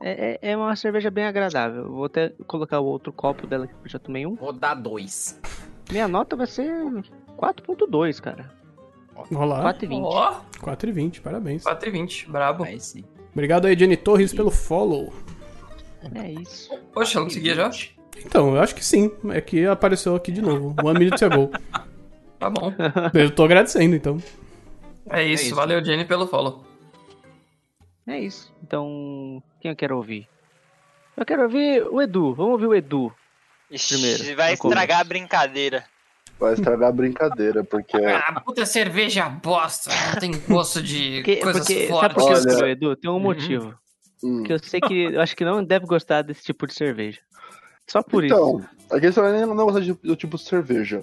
Speaker 4: é, é- é uma cerveja bem agradável. Eu Vou até colocar o outro copo dela que eu já tomei um.
Speaker 6: Vou dar dois.
Speaker 4: Minha nota vai ser 4.2, cara.
Speaker 2: Vamos lá.
Speaker 4: 4,20.
Speaker 1: Ó,
Speaker 2: 4,20, parabéns.
Speaker 1: 4,20. Brabo.
Speaker 6: Aí sim.
Speaker 2: Obrigado aí, Jenny Torres, pelo follow.
Speaker 4: É isso.
Speaker 1: Poxa, eu não seguia já?
Speaker 2: Então, eu acho que sim. É que apareceu aqui de novo. One minute ago.
Speaker 1: Tá bom.
Speaker 2: Eu tô agradecendo, então.
Speaker 1: É isso.
Speaker 6: isso.
Speaker 1: Valeu, Jenny, pelo follow.
Speaker 4: É isso. Então, quem eu quero ouvir? Eu quero ouvir o Edu. Vamos ouvir o Edu.
Speaker 5: Ixi,
Speaker 4: Primeiro,
Speaker 5: vai
Speaker 4: no começo.
Speaker 5: estragar a brincadeira.
Speaker 3: Vai estragar a brincadeira, porque. é
Speaker 1: Ah, puta cerveja bosta. Não tem gosto de
Speaker 4: Porque,
Speaker 1: coisas
Speaker 4: porque, sabe
Speaker 1: fortes. Uhum.
Speaker 4: por que eu
Speaker 3: Olha.
Speaker 4: escolhi o Edu? Tem um motivo.
Speaker 3: Hum.
Speaker 4: Que eu sei que eu acho que não deve gostar desse tipo de cerveja. Só por
Speaker 3: então,
Speaker 4: isso.
Speaker 3: a questão é nem não gostar de- do tipo de cerveja.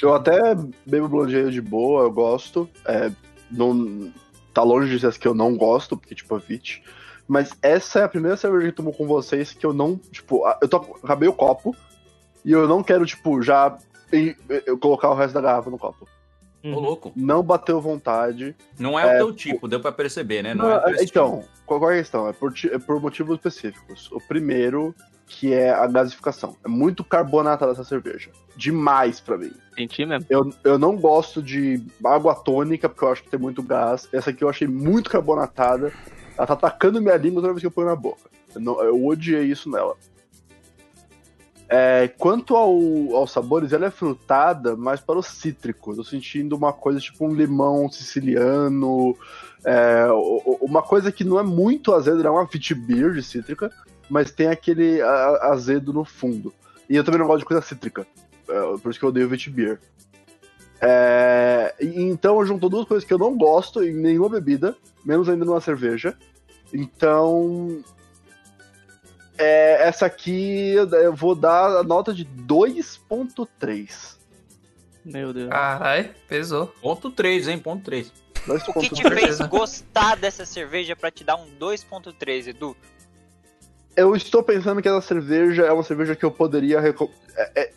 Speaker 3: Eu até bebo blonde ale de boa, eu gosto. É, não, tá longe de ser as que eu não gosto, porque, tipo, a VIT. Mas essa é a primeira cerveja que eu tomo com vocês que eu não, tipo, a- eu tô, acabei o copo e eu não quero, tipo, já em- eu colocar o resto da garrafa no copo.
Speaker 6: Ô, louco.
Speaker 3: Não bateu vontade.
Speaker 6: Não é,
Speaker 3: É,
Speaker 6: o teu tipo, deu pra perceber, né? Não,
Speaker 3: Não,
Speaker 6: é o teu
Speaker 3: é-
Speaker 6: estilo.
Speaker 3: então, qual, qual é a questão? É por, ti- é por motivos específicos. O primeiro, que é a gasificação. É muito carbonatada essa cerveja. Demais pra mim.
Speaker 4: Senti mesmo.
Speaker 3: Eu, eu não gosto de água tônica, porque eu acho que tem muito gás. Essa aqui eu achei muito carbonatada. Ela tá atacando minha língua toda vez que eu ponho na boca. Eu, não- eu odiei isso nela. É, quanto ao- aos sabores, ela é frutada, mas para o cítrico. Eu tô sentindo uma coisa tipo um limão siciliano. é, o- o- uma coisa que não é muito azedo, ela é uma fit beer de cítrica, mas tem aquele a- azedo no fundo. E eu também não gosto de coisa cítrica. é, por isso que eu odeio fit beer. É, e- então juntou duas coisas que eu não gosto em nenhuma bebida, menos ainda numa cerveja. Então. é, essa aqui eu eu vou dar a nota de 2.3.
Speaker 4: Meu Deus.
Speaker 1: Caralho, pesou.
Speaker 6: Ponto 3, hein? Ponto 3.
Speaker 5: O que te
Speaker 3: 2.3.
Speaker 5: fez gostar dessa cerveja pra te dar um 2.3, Edu?
Speaker 3: Eu estou pensando que essa cerveja é uma cerveja que eu poderia. reco- é- é-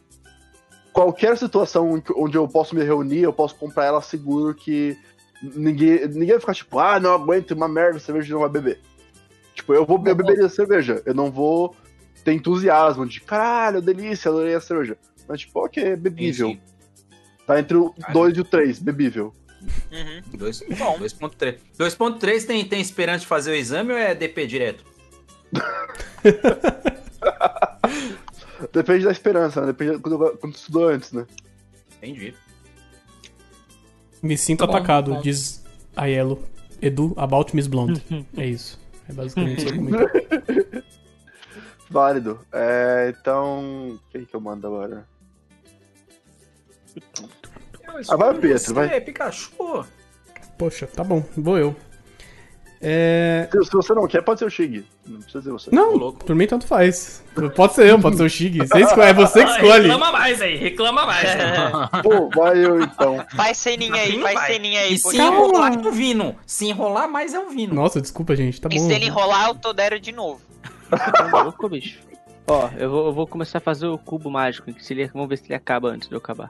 Speaker 3: Qualquer situação em que- onde eu posso me reunir, eu posso comprar ela seguro que ninguém, ninguém vai ficar tipo, ah, não aguento, uma merda, cerveja não vai beber. Tipo, eu
Speaker 6: Uhum.
Speaker 3: vou eu beberia cerveja, eu não vou ter entusiasmo de caralho, delícia, adorei a cerveja. Mas tipo, ok, é bebível.
Speaker 6: Sim,
Speaker 3: Tá entre o
Speaker 6: Cara.
Speaker 3: 2 e o 3, bebível.
Speaker 5: Uhum.
Speaker 6: Dois-
Speaker 5: Bom.
Speaker 6: 2.3. 2.3 tem, tem esperança de fazer o exame ou é DP direto?
Speaker 3: Depende da esperança, né? Depende de quando, quando estudou antes, né?
Speaker 6: Entendi.
Speaker 2: Me
Speaker 6: Tá
Speaker 2: sinto
Speaker 1: Muito bom,
Speaker 2: atacado,
Speaker 1: muito bom.
Speaker 2: diz Aiello. Edu, about Miss Blonde. é isso. É basicamente isso comigo.
Speaker 3: Válido. É, então. Quem que eu mando agora? Ah, vai, Pietro, vai.
Speaker 6: É, Pikachu.
Speaker 2: Poxa, tá bom, vou eu. É...
Speaker 3: Se, se você não quer, pode ser o Shig. Não precisa ser você.
Speaker 6: Ô,
Speaker 2: Não,
Speaker 6: louco.
Speaker 2: por mim tanto faz. Pode ser eu, pode ser o Shig. Você escolhe, é você que
Speaker 1: Ah,
Speaker 2: escolhe.
Speaker 1: Reclama mais aí, reclama mais.
Speaker 2: Uhum.
Speaker 3: Pô, vai eu então.
Speaker 5: Faz ceninha aí,
Speaker 6: Assim
Speaker 5: faz
Speaker 6: vai.
Speaker 5: ceninha aí. Tá
Speaker 6: E se
Speaker 5: poxa.
Speaker 6: enrolar, eu vino. Se enrolar, mais eu vino.
Speaker 2: Nossa, desculpa, gente, tá
Speaker 5: E
Speaker 2: bom.
Speaker 5: se ele enrolar, eu tolero de novo.
Speaker 4: Tá louco, bicho. Ó, eu vou, eu vou começar a fazer o cubo mágico. em Que se ele, vamos ver se ele acaba antes de eu acabar.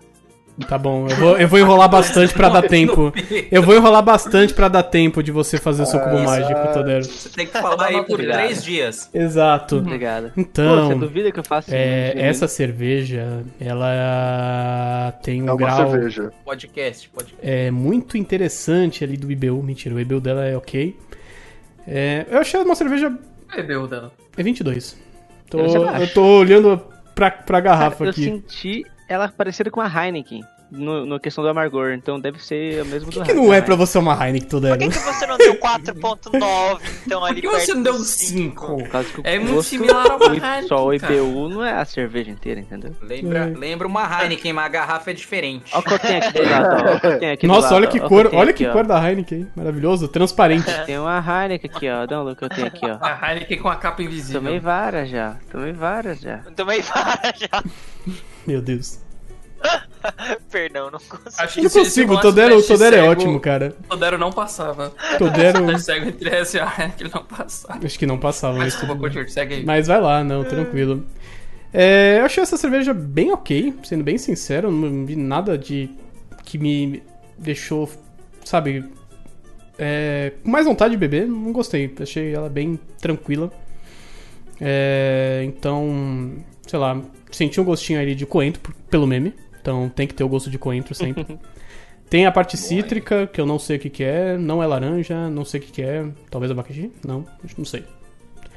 Speaker 1: Uhum.
Speaker 2: Tá bom, eu vou, eu vou enrolar bastante pra dar tempo. Eu vou enrolar bastante pra dar tempo de você fazer o seu
Speaker 6: Ah,
Speaker 2: cubo mágico, Todero.
Speaker 6: Você tem que falar aí por
Speaker 4: Obrigado.
Speaker 6: três dias.
Speaker 2: Exato.
Speaker 6: Uhum.
Speaker 4: Obrigado. Pô, você
Speaker 2: Então,
Speaker 4: duvida que eu faço
Speaker 2: é,
Speaker 4: isso?
Speaker 6: né?
Speaker 2: essa cerveja, ela tem um
Speaker 3: É uma
Speaker 2: grau
Speaker 3: cerveja.
Speaker 6: Podcast, podcast.
Speaker 2: é, muito interessante ali do IBU. Mentira, o IBU dela é ok. É, eu achei uma cerveja...
Speaker 1: Bebeu dela.
Speaker 2: É 22. Tô,
Speaker 4: Eu já acho.
Speaker 2: eu tô olhando pra, pra garrafa
Speaker 4: Cara, eu
Speaker 2: aqui.
Speaker 4: senti ela parecida com a Heineken no, no questão do amargor, então deve ser o mesmo
Speaker 2: Por
Speaker 4: do
Speaker 2: que, que não é pra
Speaker 4: Heineken,
Speaker 2: você uma Heineken,
Speaker 5: Por que,
Speaker 2: Todero?
Speaker 5: que você não deu 4.9, então,
Speaker 1: Por
Speaker 5: ali
Speaker 1: que você
Speaker 5: perto
Speaker 1: não deu um
Speaker 5: do cinco?
Speaker 1: 5?
Speaker 4: por causa que o
Speaker 1: É muito
Speaker 4: gosto-
Speaker 1: similar a uma
Speaker 4: o I-
Speaker 1: Heineken,
Speaker 4: Só o IPU
Speaker 1: cara.
Speaker 4: não é a cerveja inteira, entendeu?
Speaker 2: É.
Speaker 6: Lembra, lembra uma Heineken, mas a garrafa é diferente.
Speaker 4: Olha o que eu tenho aqui do lado, ó. o que eu tenho aqui do
Speaker 2: Nossa,
Speaker 4: lado,
Speaker 2: olha
Speaker 4: ó,
Speaker 2: que
Speaker 4: o eu
Speaker 2: cor,
Speaker 4: tenho
Speaker 2: olha
Speaker 4: aqui,
Speaker 2: que
Speaker 4: ó.
Speaker 2: cor da Heineken, hein? Maravilhoso, transparente.
Speaker 4: Tem uma Heineken aqui, ó. Dá um look que eu tenho aqui, ó.
Speaker 1: A Heineken com a capa invisível.
Speaker 4: Tomei várias já, tomei várias já.
Speaker 5: Também para já.
Speaker 2: Meu Deus.
Speaker 5: Perdão, não consigo.
Speaker 1: Acho
Speaker 2: Eu
Speaker 1: se- se
Speaker 2: consigo, o
Speaker 1: rolasse
Speaker 2: Todero, o
Speaker 1: teste
Speaker 2: Todero é
Speaker 1: cego,
Speaker 2: ótimo, Então. cara.
Speaker 1: O Todero não passava.
Speaker 2: Todero,
Speaker 1: O cego entre essa e a Heineken não passava.
Speaker 2: acho que não passava,
Speaker 1: Mas
Speaker 2: mas tudo
Speaker 1: desculpa,
Speaker 2: bem.
Speaker 1: Coutinho, segue aí.
Speaker 2: Mas vai lá, não, tranquilo. É, eu achei essa cerveja bem ok, sendo bem sincero, não vi nada de que me deixou, sabe, é, com mais vontade de beber, não gostei, achei ela bem tranquila. É, então, sei lá, senti um gostinho ali de coentro, por- pelo meme, então tem que ter o gosto de coentro sempre. Tem a parte cítrica, que eu não sei o que, que é, não é laranja, não sei o que, que é, talvez abacaxi? Não, não sei.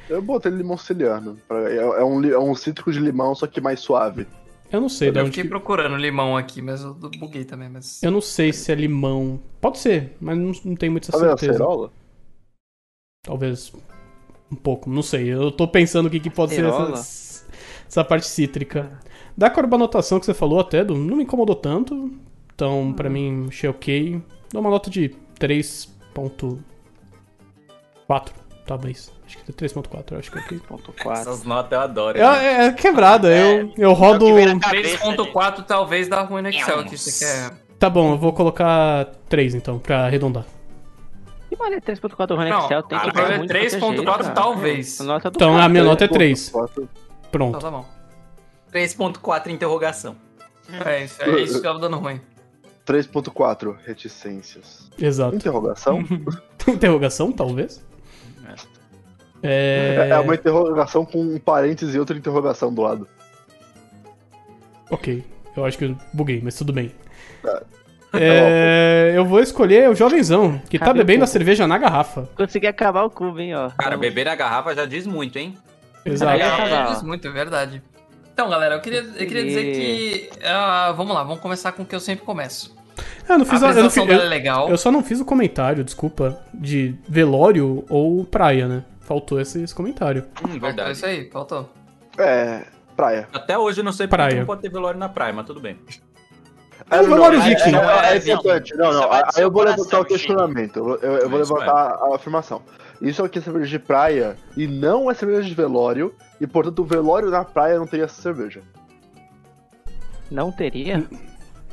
Speaker 3: Eu botei limão siciliano. pra- É, é um, li- é um cítrico de limão, só que mais suave.
Speaker 2: Eu não sei de
Speaker 1: Eu
Speaker 2: onde.
Speaker 1: fiquei
Speaker 2: que-
Speaker 1: procurando limão aqui, mas eu buguei também, mas...
Speaker 2: Eu não sei se é limão. Pode ser, mas não, não tenho muita
Speaker 3: Tá vendo a
Speaker 2: certeza.
Speaker 3: cerola?
Speaker 2: Talvez um pouco, não sei. Eu tô pensando o que, que pode
Speaker 4: Acerola?
Speaker 2: ser essa, essa parte cítrica. Da carbonatação que você falou até, Edu, não me incomodou tanto. Então,
Speaker 5: Hum.
Speaker 2: pra mim, achei ok. Dou uma nota de 3.4, talvez. Acho que é 3.4, eu acho que é ok.
Speaker 4: Ponto 4.
Speaker 6: Essas notas eu adoro.
Speaker 2: É, é quebrada, eu, eu
Speaker 5: É o
Speaker 2: rodo... um-
Speaker 5: que vem na cabeça,
Speaker 1: 3.4 talvez dá
Speaker 4: É um
Speaker 1: ruim no Excel
Speaker 6: Nossa.
Speaker 1: aqui, você quer...
Speaker 2: Tá bom, eu vou colocar 3 então, pra arredondar.
Speaker 4: Que maneiro, 3.4 Rony
Speaker 1: Não,
Speaker 4: Excel tem
Speaker 1: a
Speaker 4: que
Speaker 1: prova
Speaker 4: ser
Speaker 1: é
Speaker 4: muito
Speaker 1: 3.4
Speaker 4: protegido,
Speaker 1: talvez.
Speaker 4: cara. A Nota do
Speaker 2: Então
Speaker 4: cara.
Speaker 2: a minha nota é 3.
Speaker 3: 3.4.
Speaker 1: Então
Speaker 2: Pronto.
Speaker 1: tá bom.
Speaker 6: 3.4 interrogação.
Speaker 1: É isso, é isso que tava dando ruim.
Speaker 3: 3.4, reticências.
Speaker 5: Então.
Speaker 2: Exato.
Speaker 3: Então. Interrogação?
Speaker 2: Interrogação, talvez? É.
Speaker 3: É... uma interrogação com um parênteses e outra interrogação do lado.
Speaker 2: Ok. Eu acho que eu buguei, mas tudo bem. É, eu vou escolher o jovenzão, que tá
Speaker 4: Cabe
Speaker 2: bebendo a
Speaker 4: pouco.
Speaker 2: cerveja na garrafa.
Speaker 4: Consegui acabar o cubo, hein, ó.
Speaker 2: É.
Speaker 6: Cara, beber na garrafa já diz muito, hein?
Speaker 2: Exato.
Speaker 1: É,
Speaker 4: Legal.
Speaker 1: é, diz muito, é verdade. Então, galera, eu queria, eu queria dizer que. ah, vamos lá, vamos começar com o que eu sempre começo.
Speaker 2: Ah, eu não
Speaker 1: A
Speaker 2: fiz a, eu, não
Speaker 1: apresentação
Speaker 2: fiz,
Speaker 1: dela é
Speaker 2: eu,
Speaker 1: legal.
Speaker 2: eu só não fiz o comentário, desculpa, de velório ou praia, né? Faltou esse, esse comentário.
Speaker 6: Hum,
Speaker 1: Faltou
Speaker 6: verdade.
Speaker 1: isso aí, faltou.
Speaker 3: É, praia.
Speaker 6: Até hoje eu não sei por
Speaker 2: Praia.
Speaker 6: que não pode ter velório na praia, mas tudo bem.
Speaker 2: É o velório viking.
Speaker 3: É, é, é
Speaker 5: Não,
Speaker 3: importante. Não,
Speaker 5: isso
Speaker 3: não.
Speaker 5: vai
Speaker 3: Aí
Speaker 5: do
Speaker 3: eu
Speaker 5: seu
Speaker 3: vou
Speaker 5: coração,
Speaker 3: levantar o
Speaker 5: Gino.
Speaker 3: questionamento. Eu, eu- eu vou
Speaker 6: Isso
Speaker 3: levantar a, a afirmação. Isso aqui é cerveja de praia e não é cerveja de velório. E, portanto, o velório na praia não teria essa cerveja.
Speaker 4: Não teria?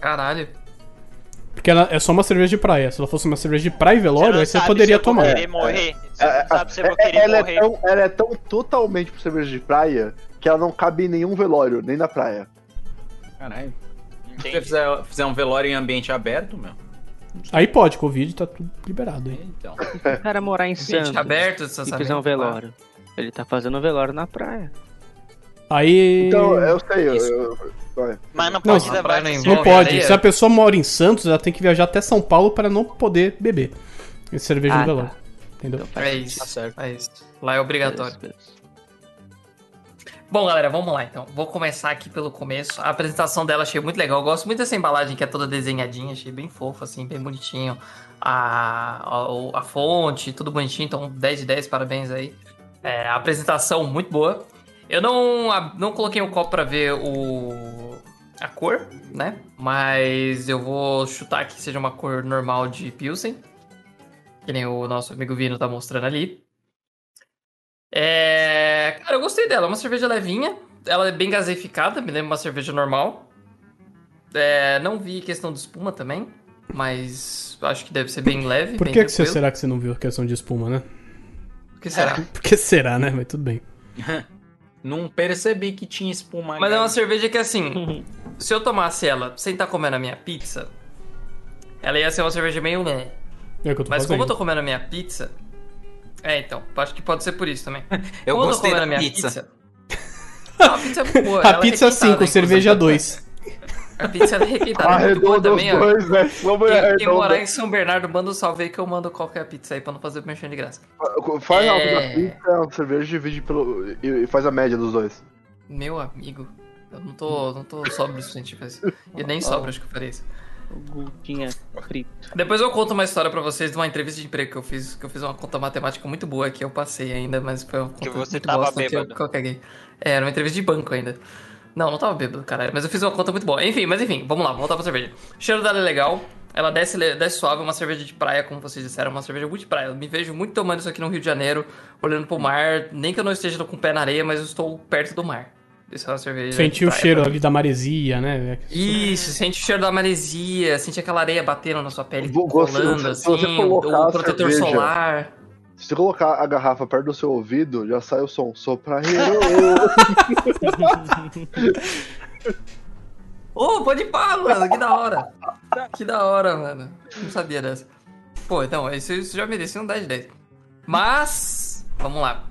Speaker 1: Caralho.
Speaker 2: Porque ela é só uma cerveja de praia. Se ela fosse uma cerveja de praia e
Speaker 5: Você
Speaker 2: velório,
Speaker 5: não
Speaker 2: aí você
Speaker 5: sabe
Speaker 2: poderia
Speaker 5: se é eu vou
Speaker 2: tomar.
Speaker 5: querer morrer. Você
Speaker 3: É,
Speaker 5: não sabe se eu vou
Speaker 3: é-
Speaker 5: querer
Speaker 3: ela, é
Speaker 5: morrer.
Speaker 3: tão, ela é tão totalmente pra cerveja de praia que ela não cabe em nenhum velório, nem na praia.
Speaker 6: Caralho. Se você
Speaker 5: Entendi.
Speaker 6: fizer, fizer um velório em ambiente aberto, meu.
Speaker 2: Aí pode, Covid tá tudo liberado aí.
Speaker 6: Então.
Speaker 4: O cara morar em Santos
Speaker 1: Gente, aberto, essa
Speaker 4: e fizer um velório. Ele tá fazendo um velório na praia.
Speaker 2: Aí.
Speaker 3: Então, eu sei. Eu,
Speaker 5: Isso.
Speaker 3: eu- vai.
Speaker 5: Mas não
Speaker 2: Não,
Speaker 5: pode
Speaker 1: não
Speaker 5: levar
Speaker 1: vai nem
Speaker 5: esse
Speaker 2: Não
Speaker 1: Bom,
Speaker 5: jogo.
Speaker 2: pode.
Speaker 1: aí é-
Speaker 2: Se a pessoa mora em Santos, ela tem que viajar até São Paulo para não poder beber esse cerveja
Speaker 4: Ah,
Speaker 2: no
Speaker 4: tá.
Speaker 2: velório. Entendeu?
Speaker 4: Então faz
Speaker 1: É
Speaker 6: Tá
Speaker 1: isso.
Speaker 6: certo.
Speaker 1: É isso. Lá é obrigatório.
Speaker 4: Deus, Deus.
Speaker 1: Bom, galera, vamos lá então. Vou começar aqui pelo começo. A apresentação dela achei muito legal. Eu gosto muito dessa embalagem que é toda desenhadinha, achei bem fofo, assim, bem bonitinho. A, a, o- a fonte, tudo bonitinho. Então, 10 de 10, parabéns aí. É, a apresentação muito boa. Eu não, a- não coloquei o copo pra ver o, a cor, né? Mas eu vou chutar que seja uma cor normal de Pilsen. Que nem o nosso amigo Vino tá mostrando ali. É. Cara, eu gostei dela. É uma cerveja levinha. Ela é bem gaseificada, me lembra uma cerveja normal. É, não vi questão de espuma também, mas acho que deve ser bem leve.
Speaker 2: Por
Speaker 1: bem
Speaker 2: que, que você
Speaker 1: tranquilo.
Speaker 2: será que você não viu a questão de espuma, né?
Speaker 1: Por que será?
Speaker 2: Por que será, né? Mas tudo bem.
Speaker 6: Não percebi que tinha espuma.
Speaker 1: Mas é
Speaker 6: cara.
Speaker 1: uma cerveja que assim, se eu tomasse ela sem estar comendo a minha pizza, ela ia ser uma cerveja meio. né.
Speaker 2: É o que eu tô
Speaker 1: Mas como
Speaker 2: fazendo.
Speaker 1: eu tô comendo a minha pizza. É, então, acho que pode ser por isso também.
Speaker 6: Eu
Speaker 1: como
Speaker 6: gostei
Speaker 1: eu tô comendo
Speaker 6: da
Speaker 1: a minha
Speaker 6: pizza.
Speaker 1: Não, a pizza é boa. ela
Speaker 2: A
Speaker 1: é
Speaker 2: pizza
Speaker 1: requentada,
Speaker 2: 5,
Speaker 1: inclusive.
Speaker 2: cerveja 2.
Speaker 1: A pizza é requentada. é muito boa
Speaker 3: Arredonda os
Speaker 1: também, ó.
Speaker 3: dois, né? Vamos
Speaker 1: Quem, quem
Speaker 3: arredondar.
Speaker 1: morar em São Bernardo, manda um salve aí que eu mando qualquer pizza aí pra não fazer merchan de graça.
Speaker 3: Faz
Speaker 1: É.
Speaker 3: a alta da pizza, a cerveja divide pelo. e e faz a média dos dois.
Speaker 1: Meu amigo, eu não tô, não tô sóbrio o suficiente pra isso. E nem sóbrio, acho que eu faria isso.
Speaker 4: O Guguinha frito.
Speaker 1: Depois eu conto uma história pra vocês de uma entrevista de emprego que eu fiz, que eu fiz uma conta matemática muito boa que eu passei ainda, mas foi uma conta
Speaker 5: Que você
Speaker 1: muito
Speaker 5: tava
Speaker 1: bosta que eu,
Speaker 5: bêbado.
Speaker 1: que eu caguei. É, era uma entrevista de banco ainda. Não, não tava bêbado, caralho, mas eu fiz uma conta muito boa. Enfim, mas enfim, vamos lá, voltar pra cerveja. O cheiro dela é legal, ela desce, le- desce suave, é uma cerveja de praia, como vocês disseram, é uma cerveja muito de praia. Eu me vejo muito tomando isso aqui no Rio de Janeiro, olhando pro mar, nem que eu não esteja com o pé na areia, mas eu estou perto do mar. Isso é uma cerveja.
Speaker 2: Sentiu o
Speaker 1: de praia.
Speaker 2: cheiro ali da maresia, né?
Speaker 1: Isso, sente o cheiro da maresia, sente aquela areia batendo na sua pele,
Speaker 3: Vou- vou- se
Speaker 1: colando,
Speaker 3: você- se você
Speaker 1: assim, o,
Speaker 3: colocar
Speaker 1: o
Speaker 3: a
Speaker 1: protetor
Speaker 3: cerveja-
Speaker 1: solar.
Speaker 3: Se você colocar a garrafa perto do seu ouvido, já sai o som. Sou praieiro.
Speaker 1: Ô, pode pá, mano, que da hora. Que da hora, mano. Não sabia dessa. Pô, então, isso, isso já merecia um 10 de 10. Mas, vamos lá.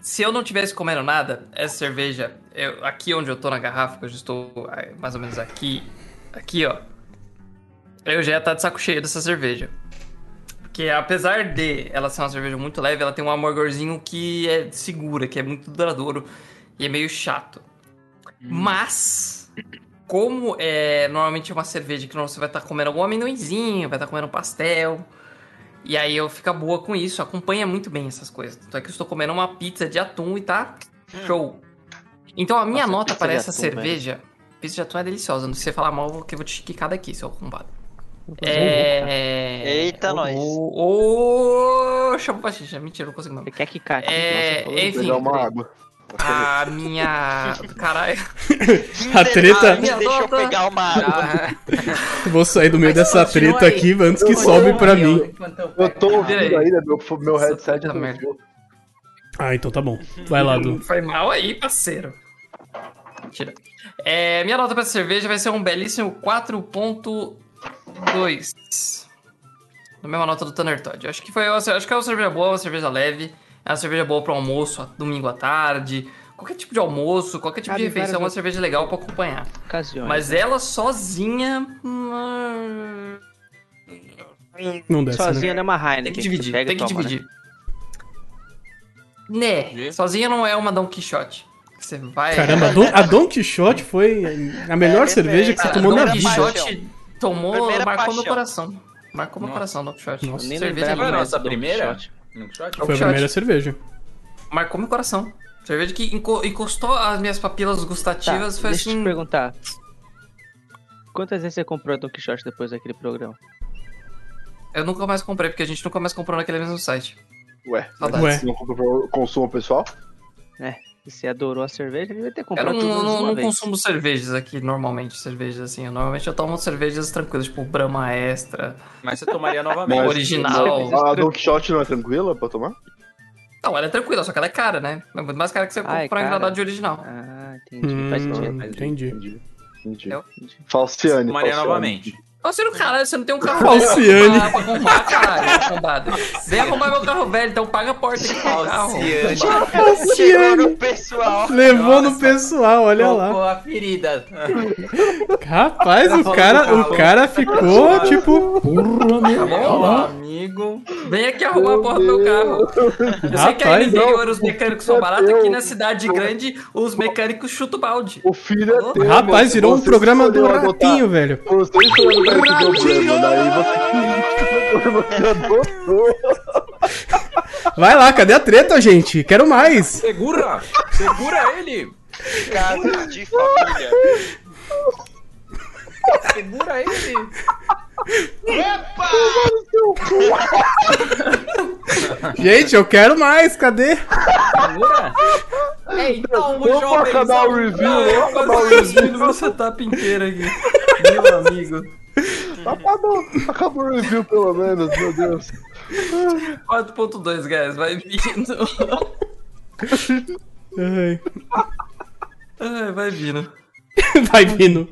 Speaker 1: Se eu não tivesse comendo nada, essa cerveja, eu- aqui onde eu tô na garrafa, que eu já estou ah, mais ou menos aqui, aqui, ó. Eu já ia estar de saco cheio dessa cerveja. Porque apesar de ela ser uma cerveja muito leve, ela tem um amargorzinho que é segura, que é muito duradouro e é meio chato.
Speaker 4: Hum.
Speaker 1: Mas, como é normalmente é uma cerveja que você vai estar comendo algum amendoinzinho, vai estar comendo um pastel, e aí eu fico boa com isso, acompanha muito bem essas coisas. Tanto é que eu estou comendo uma pizza de atum e tá show. Então a minha
Speaker 4: Hum. Nossa,
Speaker 1: nota
Speaker 4: pizza
Speaker 1: para
Speaker 4: de
Speaker 1: essa
Speaker 4: atum,
Speaker 1: cerveja, pizza de atum é deliciosa, não sei falar mal que eu vou te quicar daqui, seu arrombado.
Speaker 4: Guguinha.
Speaker 1: É.
Speaker 5: Eita,
Speaker 1: ô,
Speaker 5: nós.
Speaker 1: Ô, ô, chama pra xixi. Mentira, não consigo não.
Speaker 4: Ele quer quicar. aqui,
Speaker 1: É,
Speaker 4: nossa, falou.
Speaker 1: enfim. Ah,
Speaker 3: Pegar uma
Speaker 1: peraí.
Speaker 3: água.
Speaker 1: A minha. Caralho.
Speaker 2: A treta-
Speaker 5: Deixa eu
Speaker 1: Adota.
Speaker 5: pegar uma água.
Speaker 6: Ah,
Speaker 2: Vou sair do meio
Speaker 6: Mas
Speaker 2: dessa
Speaker 6: continua
Speaker 2: treta
Speaker 6: aí.
Speaker 2: aqui antes que
Speaker 3: Eu-
Speaker 2: sobe pra mim.
Speaker 6: Então,
Speaker 3: Eu tô
Speaker 1: Peraí.
Speaker 3: ouvindo ainda, meu, meu
Speaker 1: Nossa,
Speaker 3: headset
Speaker 1: puta
Speaker 3: não
Speaker 1: merda.
Speaker 3: viu.
Speaker 2: Ah, então tá bom. Vai lá, Du.
Speaker 1: Foi mal aí, parceiro. Mentira. É, minha nota pra essa cerveja vai ser um belíssimo 4.2. Na mesma nota do Thunder Todd. Acho que, foi, acho que é uma cerveja boa, uma cerveja leve. É uma cerveja boa pro almoço, domingo à tarde. Qualquer tipo de almoço, qualquer tipo
Speaker 4: Cabe
Speaker 1: de refeição, é uma
Speaker 4: várias
Speaker 1: cerveja legal pra acompanhar.
Speaker 4: Ocasiões.
Speaker 1: Mas ela sozinha. hum,
Speaker 2: Não desce, né?
Speaker 4: Sozinha não é uma Heineken.
Speaker 1: Tem que
Speaker 4: você
Speaker 1: dividir,
Speaker 4: pega e
Speaker 1: tem que
Speaker 4: toma, né?
Speaker 1: dividir. Né,
Speaker 6: Dividir?
Speaker 1: sozinha não é uma Don Quixote. Você vai.
Speaker 2: né? Caramba, a Don- a Don Quixote foi a melhor
Speaker 5: É,
Speaker 2: cerveja que você
Speaker 5: cara,
Speaker 2: tomou na
Speaker 5: Dona
Speaker 2: vida.
Speaker 5: Paixão.
Speaker 1: tomou,
Speaker 5: Primeira
Speaker 1: marcou meu
Speaker 5: paixão.
Speaker 1: coração. Marcou meu
Speaker 6: Nossa.
Speaker 1: coração, Don Quixote.
Speaker 2: Nossa.
Speaker 4: Nem né?
Speaker 1: cerveja
Speaker 4: lembrava
Speaker 1: linda.
Speaker 6: Foi a nossa
Speaker 4: mais do
Speaker 6: primeira?
Speaker 4: shot.
Speaker 1: Tá,
Speaker 6: Não shot?
Speaker 2: Foi a
Speaker 1: Shot.
Speaker 2: primeira cerveja.
Speaker 1: Marcou meu coração. Cerveja que enco- encostou as minhas papilas
Speaker 4: Tá,
Speaker 1: gustativas
Speaker 4: deixa
Speaker 1: foi
Speaker 4: eu te
Speaker 1: assim.
Speaker 4: perguntar. Quantas vezes você comprou Don Quixote depois daquele programa?
Speaker 1: Eu nunca mais comprei, porque a gente nunca mais comprou naquele mesmo site.
Speaker 3: Ué,
Speaker 1: Saudades.
Speaker 2: Ué.
Speaker 3: se não compra pro consumo pessoal?
Speaker 4: E você adorou a cerveja, devia ter
Speaker 1: Eu
Speaker 4: comprado
Speaker 1: não,
Speaker 4: tudo
Speaker 1: não-
Speaker 4: de uma
Speaker 1: não
Speaker 4: vez.
Speaker 1: consumo cervejas aqui normalmente, cervejas assim. Eu, normalmente eu tomo cervejas tranquilas, tipo Brahma Extra.
Speaker 6: Mas você tomaria
Speaker 1: Bom,
Speaker 6: novamente.
Speaker 1: original.
Speaker 3: A Don Quixote não é tranquila pra tomar?
Speaker 1: Não, ela é tranquila, só que ela é cara, né? É muito mais cara que você
Speaker 4: Ah, é
Speaker 1: comprar em
Speaker 4: cara.
Speaker 1: granada de original.
Speaker 4: Ah, entendi. Faz sentido.
Speaker 2: Hum,
Speaker 6: faz
Speaker 2: entendi.
Speaker 3: Entendi. Entendi.
Speaker 1: Eu-
Speaker 3: Falciane.
Speaker 6: Tomaria
Speaker 3: Falciane.
Speaker 6: novamente.
Speaker 1: Ô, você não, caralho, você não tem um carro
Speaker 2: Falciane.
Speaker 1: velho pra, pra arrumar, caralho, arrombado. Vem arrumar meu carro velho, então paga a porta aqui pro carro.
Speaker 6: Alciane.
Speaker 5: Chegou
Speaker 2: Luciano
Speaker 5: no pessoal.
Speaker 2: levou no pessoal, olha lá.
Speaker 6: Colocou a ferida.
Speaker 2: Rapaz, o
Speaker 6: Tá
Speaker 2: cara,
Speaker 6: falando
Speaker 2: o
Speaker 6: do
Speaker 2: cara ficou
Speaker 6: Tá
Speaker 2: tipo, porra, meu.
Speaker 6: Meu amigo.
Speaker 1: Vem aqui arrumar a porta do meu carro. Eu sei que é aí no
Speaker 2: Rapaz,
Speaker 1: interior os mecânicos são baratos, aqui
Speaker 3: Eu-
Speaker 1: na cidade grande os mecânicos chutam o balde.
Speaker 3: O filho é teu,
Speaker 2: Rapaz,
Speaker 3: moço.
Speaker 2: virou um
Speaker 3: Você
Speaker 2: programa do
Speaker 3: escolheu adotar.
Speaker 2: ratinho, velho.
Speaker 3: Você escolheu adotar esse problema, daí você, você adotou.
Speaker 2: Vai lá, cadê a treta, gente? Quero mais.
Speaker 6: Segura! Segura ele!
Speaker 5: Casos de família.
Speaker 6: Segura ele!
Speaker 2: Gente, eu quero mais, cadê?
Speaker 6: Segura! Então,
Speaker 3: Vamos pra canal
Speaker 1: é
Speaker 3: review, vamos pra canal review.
Speaker 1: meu setup inteiro aqui. Meu amigo.
Speaker 3: Acabou, Tá acabou o review pelo menos, meu Deus.
Speaker 1: 4.2, guys, vai vindo.
Speaker 2: Ai,
Speaker 1: Ai, vai vindo.
Speaker 2: Vai, Vino.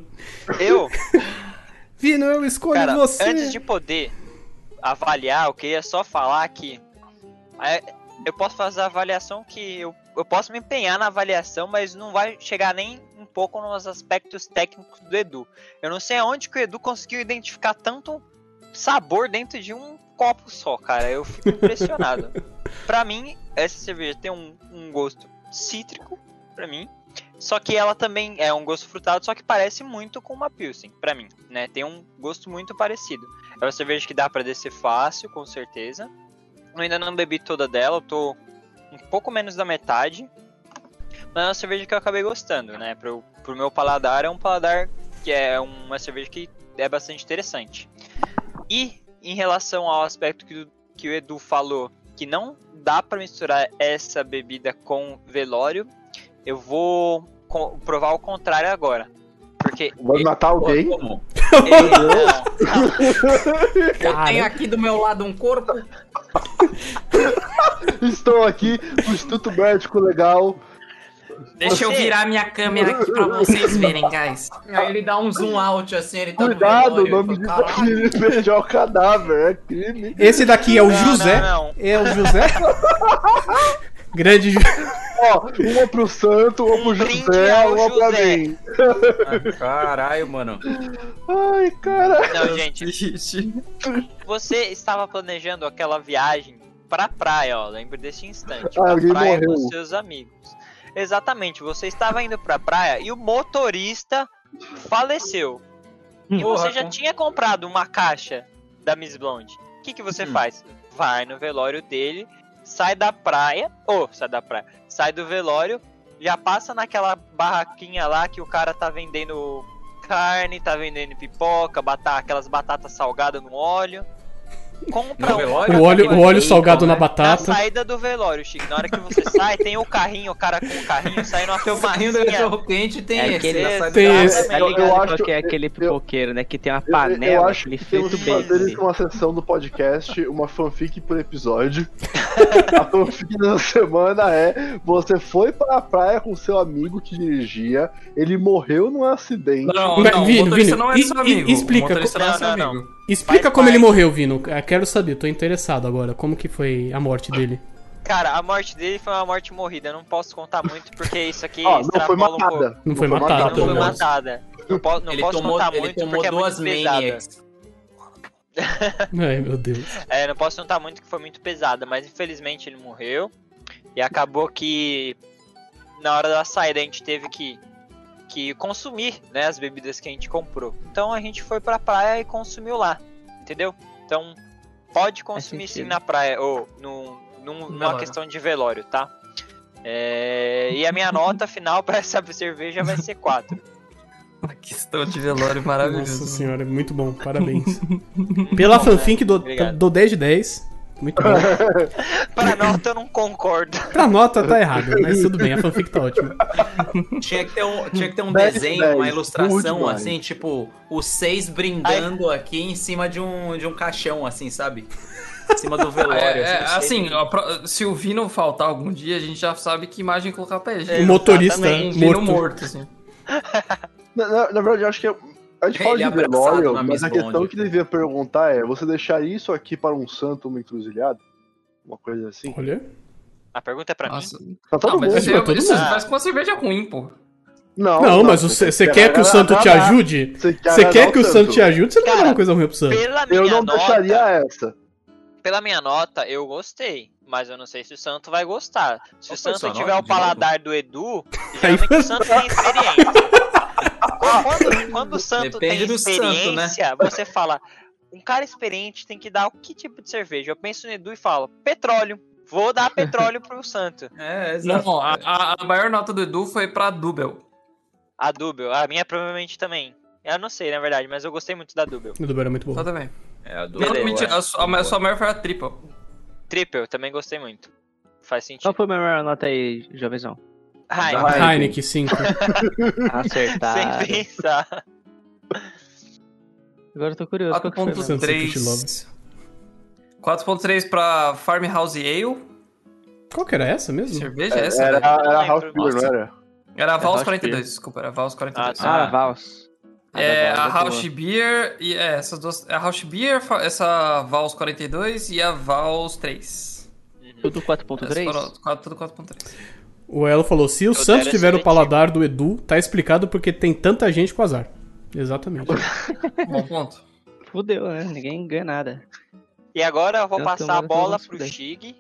Speaker 5: Eu,
Speaker 2: Vino, eu escolho
Speaker 5: cara,
Speaker 2: você.
Speaker 5: antes de poder avaliar, eu queria só falar que é, eu posso fazer a avaliação que eu, eu posso me empenhar na avaliação, mas não vai chegar nem um pouco nos aspectos técnicos do Edu. Eu não sei aonde que o Edu conseguiu identificar tanto sabor dentro de um copo só, cara. Eu fico impressionado. Pra mim, essa cerveja tem um, um gosto cítrico, pra mim. Só que ela também é um gosto frutado, só que parece muito com uma Pilsen, pra mim, né? Tem um gosto muito parecido. É uma cerveja que dá pra descer fácil, com certeza. Eu ainda não bebi toda dela, eu tô um pouco menos da metade. Mas é uma cerveja que eu acabei gostando, né? Pro, pro meu paladar, é um paladar que é uma cerveja que é bastante interessante. E em relação ao aspecto que, o- que o Edu falou, que não dá pra misturar essa bebida com velório, eu vou co- provar o contrário agora. Porque.
Speaker 3: Vai matar alguém?
Speaker 6: Como?
Speaker 5: ele-
Speaker 6: Eu tenho aqui do meu lado um corpo.
Speaker 3: Estou aqui no Instituto Médico Legal.
Speaker 1: Deixa eu
Speaker 5: Você-
Speaker 1: virar minha câmera aqui pra vocês verem, guys.
Speaker 6: Aí ele dá um zoom out assim, ele tá
Speaker 3: Cuidado,
Speaker 6: no
Speaker 3: o
Speaker 6: velório.
Speaker 3: nome
Speaker 6: ele
Speaker 3: disso
Speaker 6: fala,
Speaker 3: é crime. Beijar o cadáver é crime.
Speaker 2: Esse daqui é o José.
Speaker 5: Não, não.
Speaker 2: É o José. Grande. Ju-
Speaker 3: Ó, uma pro santo, uma pro
Speaker 5: Um brinde
Speaker 3: José,
Speaker 5: ao
Speaker 3: uma pra
Speaker 5: José.
Speaker 3: mim.
Speaker 6: "Caralho." Ah, Caralho, mano.
Speaker 3: Ai, cara.
Speaker 5: Não, gente,
Speaker 1: Triste.
Speaker 5: você estava planejando aquela viagem pra praia, ó. Lembre desse instante.
Speaker 3: Ah,
Speaker 5: pra
Speaker 3: alguém
Speaker 5: praia
Speaker 3: morreu.
Speaker 5: com seus amigos. Exatamente, você estava indo pra praia e o motorista faleceu. E
Speaker 6: Porra,
Speaker 5: você já
Speaker 6: com-
Speaker 5: tinha comprado uma caixa da Miss Blonde. O que, que você
Speaker 6: Hum.
Speaker 5: faz? Vai no velório dele, sai da praia. Ô, sai da praia. Sai do velório, já passa naquela barraquinha lá que o cara tá vendendo carne, tá vendendo pipoca, bata- aquelas batatas salgadas no óleo. compra
Speaker 6: No
Speaker 5: um-
Speaker 6: velório? tá
Speaker 5: compra
Speaker 2: O óleo,
Speaker 5: dois.
Speaker 2: o óleo salgado na
Speaker 5: Na
Speaker 2: batata.
Speaker 5: saída do velório, Chico. Na hora que você sai, tem o carrinho, o cara com o carrinho saindo uma
Speaker 6: Tem o carrinho do
Speaker 5: filmadinha.
Speaker 6: cachorro quente tem
Speaker 4: É
Speaker 6: esse.
Speaker 4: aquele-
Speaker 6: essa saída
Speaker 2: tem
Speaker 6: da-
Speaker 2: esse.
Speaker 4: Tá
Speaker 3: Eu-
Speaker 4: ligado
Speaker 3: eu
Speaker 4: qual
Speaker 3: acho-
Speaker 4: que é aquele pipoqueiro, né? Que tem uma panela,
Speaker 3: eu, eu acho
Speaker 4: aquele
Speaker 3: que temos
Speaker 4: feito
Speaker 3: que
Speaker 4: bem.
Speaker 3: fazer isso numa sessão do podcast, uma fanfic por episódio. a fanfic da semana é: você foi para a praia com seu amigo que dirigia, ele morreu num acidente.
Speaker 1: Não,
Speaker 2: Mas,
Speaker 1: não,
Speaker 2: Vini,
Speaker 1: o motorista
Speaker 2: Vini,
Speaker 1: não é
Speaker 2: e-
Speaker 1: seu
Speaker 2: e-
Speaker 1: amigo.
Speaker 2: explica,
Speaker 1: O motorista não é
Speaker 5: como-
Speaker 1: seu
Speaker 5: Não, não,
Speaker 1: amigo.
Speaker 2: Explica
Speaker 5: Faz
Speaker 2: como ele
Speaker 5: parte.
Speaker 2: morreu, Vino. Eu quero saber, tô interessado agora. Como que foi a morte dele?
Speaker 5: Cara, a morte dele foi uma morte morrida. Eu não posso contar muito porque isso aqui
Speaker 3: Ó, não foi
Speaker 5: extrapola um pouco.
Speaker 3: matada.
Speaker 2: Não foi
Speaker 5: Não
Speaker 2: matado,
Speaker 5: foi
Speaker 2: pelo menos.
Speaker 5: matada. Não posso, não
Speaker 6: Ele
Speaker 5: posso
Speaker 6: tomou,
Speaker 5: contar
Speaker 6: ele
Speaker 5: muito
Speaker 6: tomou
Speaker 5: porque é
Speaker 6: duas
Speaker 5: muito pesada.
Speaker 6: maniacs.
Speaker 2: Ai, meu Deus.
Speaker 5: É, não posso contar muito que foi muito pesada, mas infelizmente ele morreu. E acabou que na hora da saída a gente teve que, que consumir né, as bebidas que a gente comprou. Então a gente foi pra praia e consumiu lá, entendeu? Então pode consumir sim
Speaker 4: sentido.
Speaker 5: na praia, ou num, num- numa
Speaker 1: Velório.
Speaker 5: questão de velório, tá? É, e a minha nota final pra essa cerveja vai ser 4.
Speaker 1: Que estou de velório
Speaker 2: Nossa
Speaker 1: maravilhoso.
Speaker 2: senhora, muito bom, parabéns. Pela fanfic do,
Speaker 5: Então, Obrigado.
Speaker 2: do 10 de 10. Muito bom.
Speaker 5: Pra nota eu não concordo.
Speaker 2: Pra nota tá errado, mas tudo bem, a fanfic tá ótima.
Speaker 6: Tinha que ter um, tinha que ter um
Speaker 3: Dez de
Speaker 6: desenho,
Speaker 3: dez,
Speaker 6: uma
Speaker 3: muito
Speaker 6: ilustração,
Speaker 3: demais.
Speaker 6: assim, tipo, os seis brindando aqui em cima de um, de um caixão, assim, sabe? Em cima do
Speaker 1: É,
Speaker 6: velório.
Speaker 1: é,
Speaker 6: os seis
Speaker 1: assim, ó, pro- se o Vino faltar algum dia, a gente já sabe que imagem colocar pra ele.
Speaker 2: O motorista
Speaker 1: Exatamente,
Speaker 2: É. morto.
Speaker 1: Vino morto, assim.
Speaker 3: Na, na- na verdade, eu acho que a gente
Speaker 6: Ele
Speaker 3: fala de
Speaker 6: abraçado
Speaker 3: velório,
Speaker 6: na
Speaker 3: mas
Speaker 6: Miss
Speaker 3: a questão
Speaker 6: Bond.
Speaker 3: que devia perguntar é: você deixaria isso aqui para um santo, uma encruzilhada? Uma coisa assim?
Speaker 2: Olha.
Speaker 5: A pergunta é pra mim.
Speaker 1: Nossa.
Speaker 3: Pra todo
Speaker 1: Não, mas
Speaker 3: mundo.
Speaker 1: isso, é
Speaker 2: pra todo
Speaker 1: isso
Speaker 2: mundo.
Speaker 1: faz com a cerveja ruim, pô.
Speaker 3: Não,
Speaker 2: Não, mas você, você quer que o santo te ajude?
Speaker 3: Você
Speaker 2: Você quer
Speaker 3: agradar
Speaker 2: que o santo te ajude? Você não vai dar uma
Speaker 5: Cara,
Speaker 2: coisa ruim pro santo.
Speaker 5: Pela minha
Speaker 3: Eu não
Speaker 5: nota,
Speaker 3: deixaria essa.
Speaker 5: Pela minha nota, eu gostei. Mas eu não sei se o Santo vai gostar. Se
Speaker 6: Qual foi
Speaker 5: o
Speaker 6: sua
Speaker 5: Santo
Speaker 6: nota,
Speaker 5: tiver o
Speaker 6: de
Speaker 5: paladar do Edu,
Speaker 2: Aí
Speaker 5: geralmente o Santo tem experiência. quando, quando o Santo tem
Speaker 6: Depende do santo, né?
Speaker 5: experiência, você fala: um cara experiente tem que dar o que tipo de cerveja? Eu penso no Edu e falo: petróleo. Vou dar petróleo pro Santo.
Speaker 6: brindando. É, exato.
Speaker 1: Não, a, a- a maior nota do Edu foi pra Dubel.
Speaker 5: A Dubel, a minha provavelmente também. Eu não sei, na verdade, mas eu gostei muito da Dubel.
Speaker 2: Meu Deus, era muito bom.
Speaker 1: Só Tá também.
Speaker 6: É, a do
Speaker 1: Não,
Speaker 5: Beleza.
Speaker 1: mentira, a, sua- a sua maior foi a Triple.
Speaker 5: Triple, também gostei muito. Faz sentido.
Speaker 4: Qual foi a melhor nota aí, jovenzão?
Speaker 5: Ai,
Speaker 6: da-
Speaker 2: Heineken 5.
Speaker 4: Acertar.
Speaker 5: sem pensar.
Speaker 4: Agora eu tô curioso. Qual que foi, a melhor?
Speaker 1: 4.3. 4.3 pra Farmhouse Ale.
Speaker 2: Qual que era essa mesmo?
Speaker 1: Cerveja é essa?
Speaker 3: Era,
Speaker 1: velho?
Speaker 3: era
Speaker 5: lembro.
Speaker 3: House Beer, não
Speaker 5: Nossa.
Speaker 3: era?
Speaker 1: Era a Vals
Speaker 4: House
Speaker 1: 42, desculpa, era a Vals 42.
Speaker 5: Ah,
Speaker 4: Ah, Vals.
Speaker 1: É,
Speaker 4: Ah,
Speaker 1: a
Speaker 4: Vals,
Speaker 1: House
Speaker 4: boa.
Speaker 1: Beer e é, essas duas. A House Beer, fa- essa Vals 42 e a Vals 3.
Speaker 4: Tudo
Speaker 1: Essas
Speaker 4: 4.3?
Speaker 1: foram quatro- Tudo 4.3.
Speaker 2: O Elo falou: se o
Speaker 5: Todo
Speaker 2: santo
Speaker 5: era
Speaker 2: tiver o
Speaker 5: seletivo.
Speaker 2: paladar do Edu, tá explicado porque tem tanta gente com azar.
Speaker 1: Bom
Speaker 2: Exatamente.
Speaker 1: ponto.
Speaker 4: Fudeu, né? Ninguém ganha nada.
Speaker 5: E agora eu vou
Speaker 4: Eu
Speaker 5: passar a
Speaker 4: também não tô
Speaker 5: bola
Speaker 4: nesse
Speaker 5: pro
Speaker 4: daí.
Speaker 5: Shig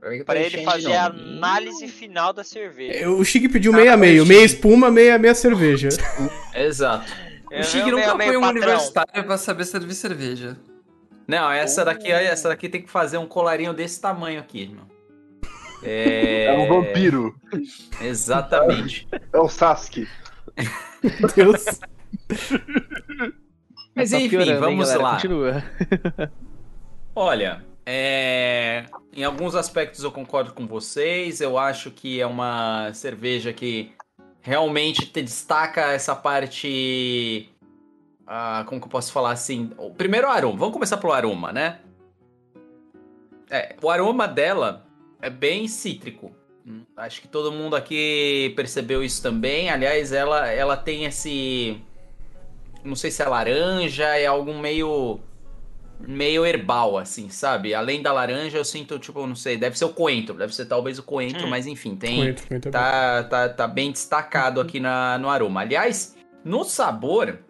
Speaker 6: Pra mim que tá
Speaker 5: pra
Speaker 6: enchendo
Speaker 5: ele
Speaker 6: de
Speaker 5: fazer a
Speaker 6: nome.
Speaker 5: análise final da cerveja.
Speaker 2: É, O Chique pediu
Speaker 6: Ah,
Speaker 2: meia meio,
Speaker 6: o
Speaker 2: meia
Speaker 6: Chique.
Speaker 2: espuma, meia meia cerveja.
Speaker 6: Exato.
Speaker 5: Eu
Speaker 1: o Chique
Speaker 5: não-
Speaker 1: nunca
Speaker 5: meu- meu
Speaker 1: foi um
Speaker 5: patrão.
Speaker 1: universitário pra saber servir cerveja.
Speaker 6: Não, essa daqui, essa daqui tem que fazer um colarinho desse tamanho aqui, irmão. É...
Speaker 3: É um vampiro.
Speaker 6: Exatamente.
Speaker 3: É o Sasuke.
Speaker 2: Meu Deus.
Speaker 6: Mas
Speaker 4: Tá
Speaker 6: enfim,
Speaker 4: piorando, hein,
Speaker 6: vamos
Speaker 4: galera?
Speaker 6: lá.
Speaker 4: Continua.
Speaker 6: Olha, é, em alguns aspectos eu concordo com vocês. Eu acho que é uma cerveja que realmente te destaca essa parte. ah, como que eu posso falar assim? O primeiro o aroma. Vamos começar pelo aroma, né? É, o aroma dela é bem cítrico. Hum, Acho que todo mundo aqui percebeu isso também. Aliás, ela, ela tem esse. Não sei se é laranja, é algum meio meio herbal, assim, sabe? Além da laranja, eu sinto, tipo, não sei, deve ser o coentro, deve ser talvez o coentro,
Speaker 5: Hum.
Speaker 6: mas enfim, tem.
Speaker 2: Muito, muito bom.
Speaker 6: Tá, tá, tá bem destacado aqui na, no aroma. Aliás, no sabor,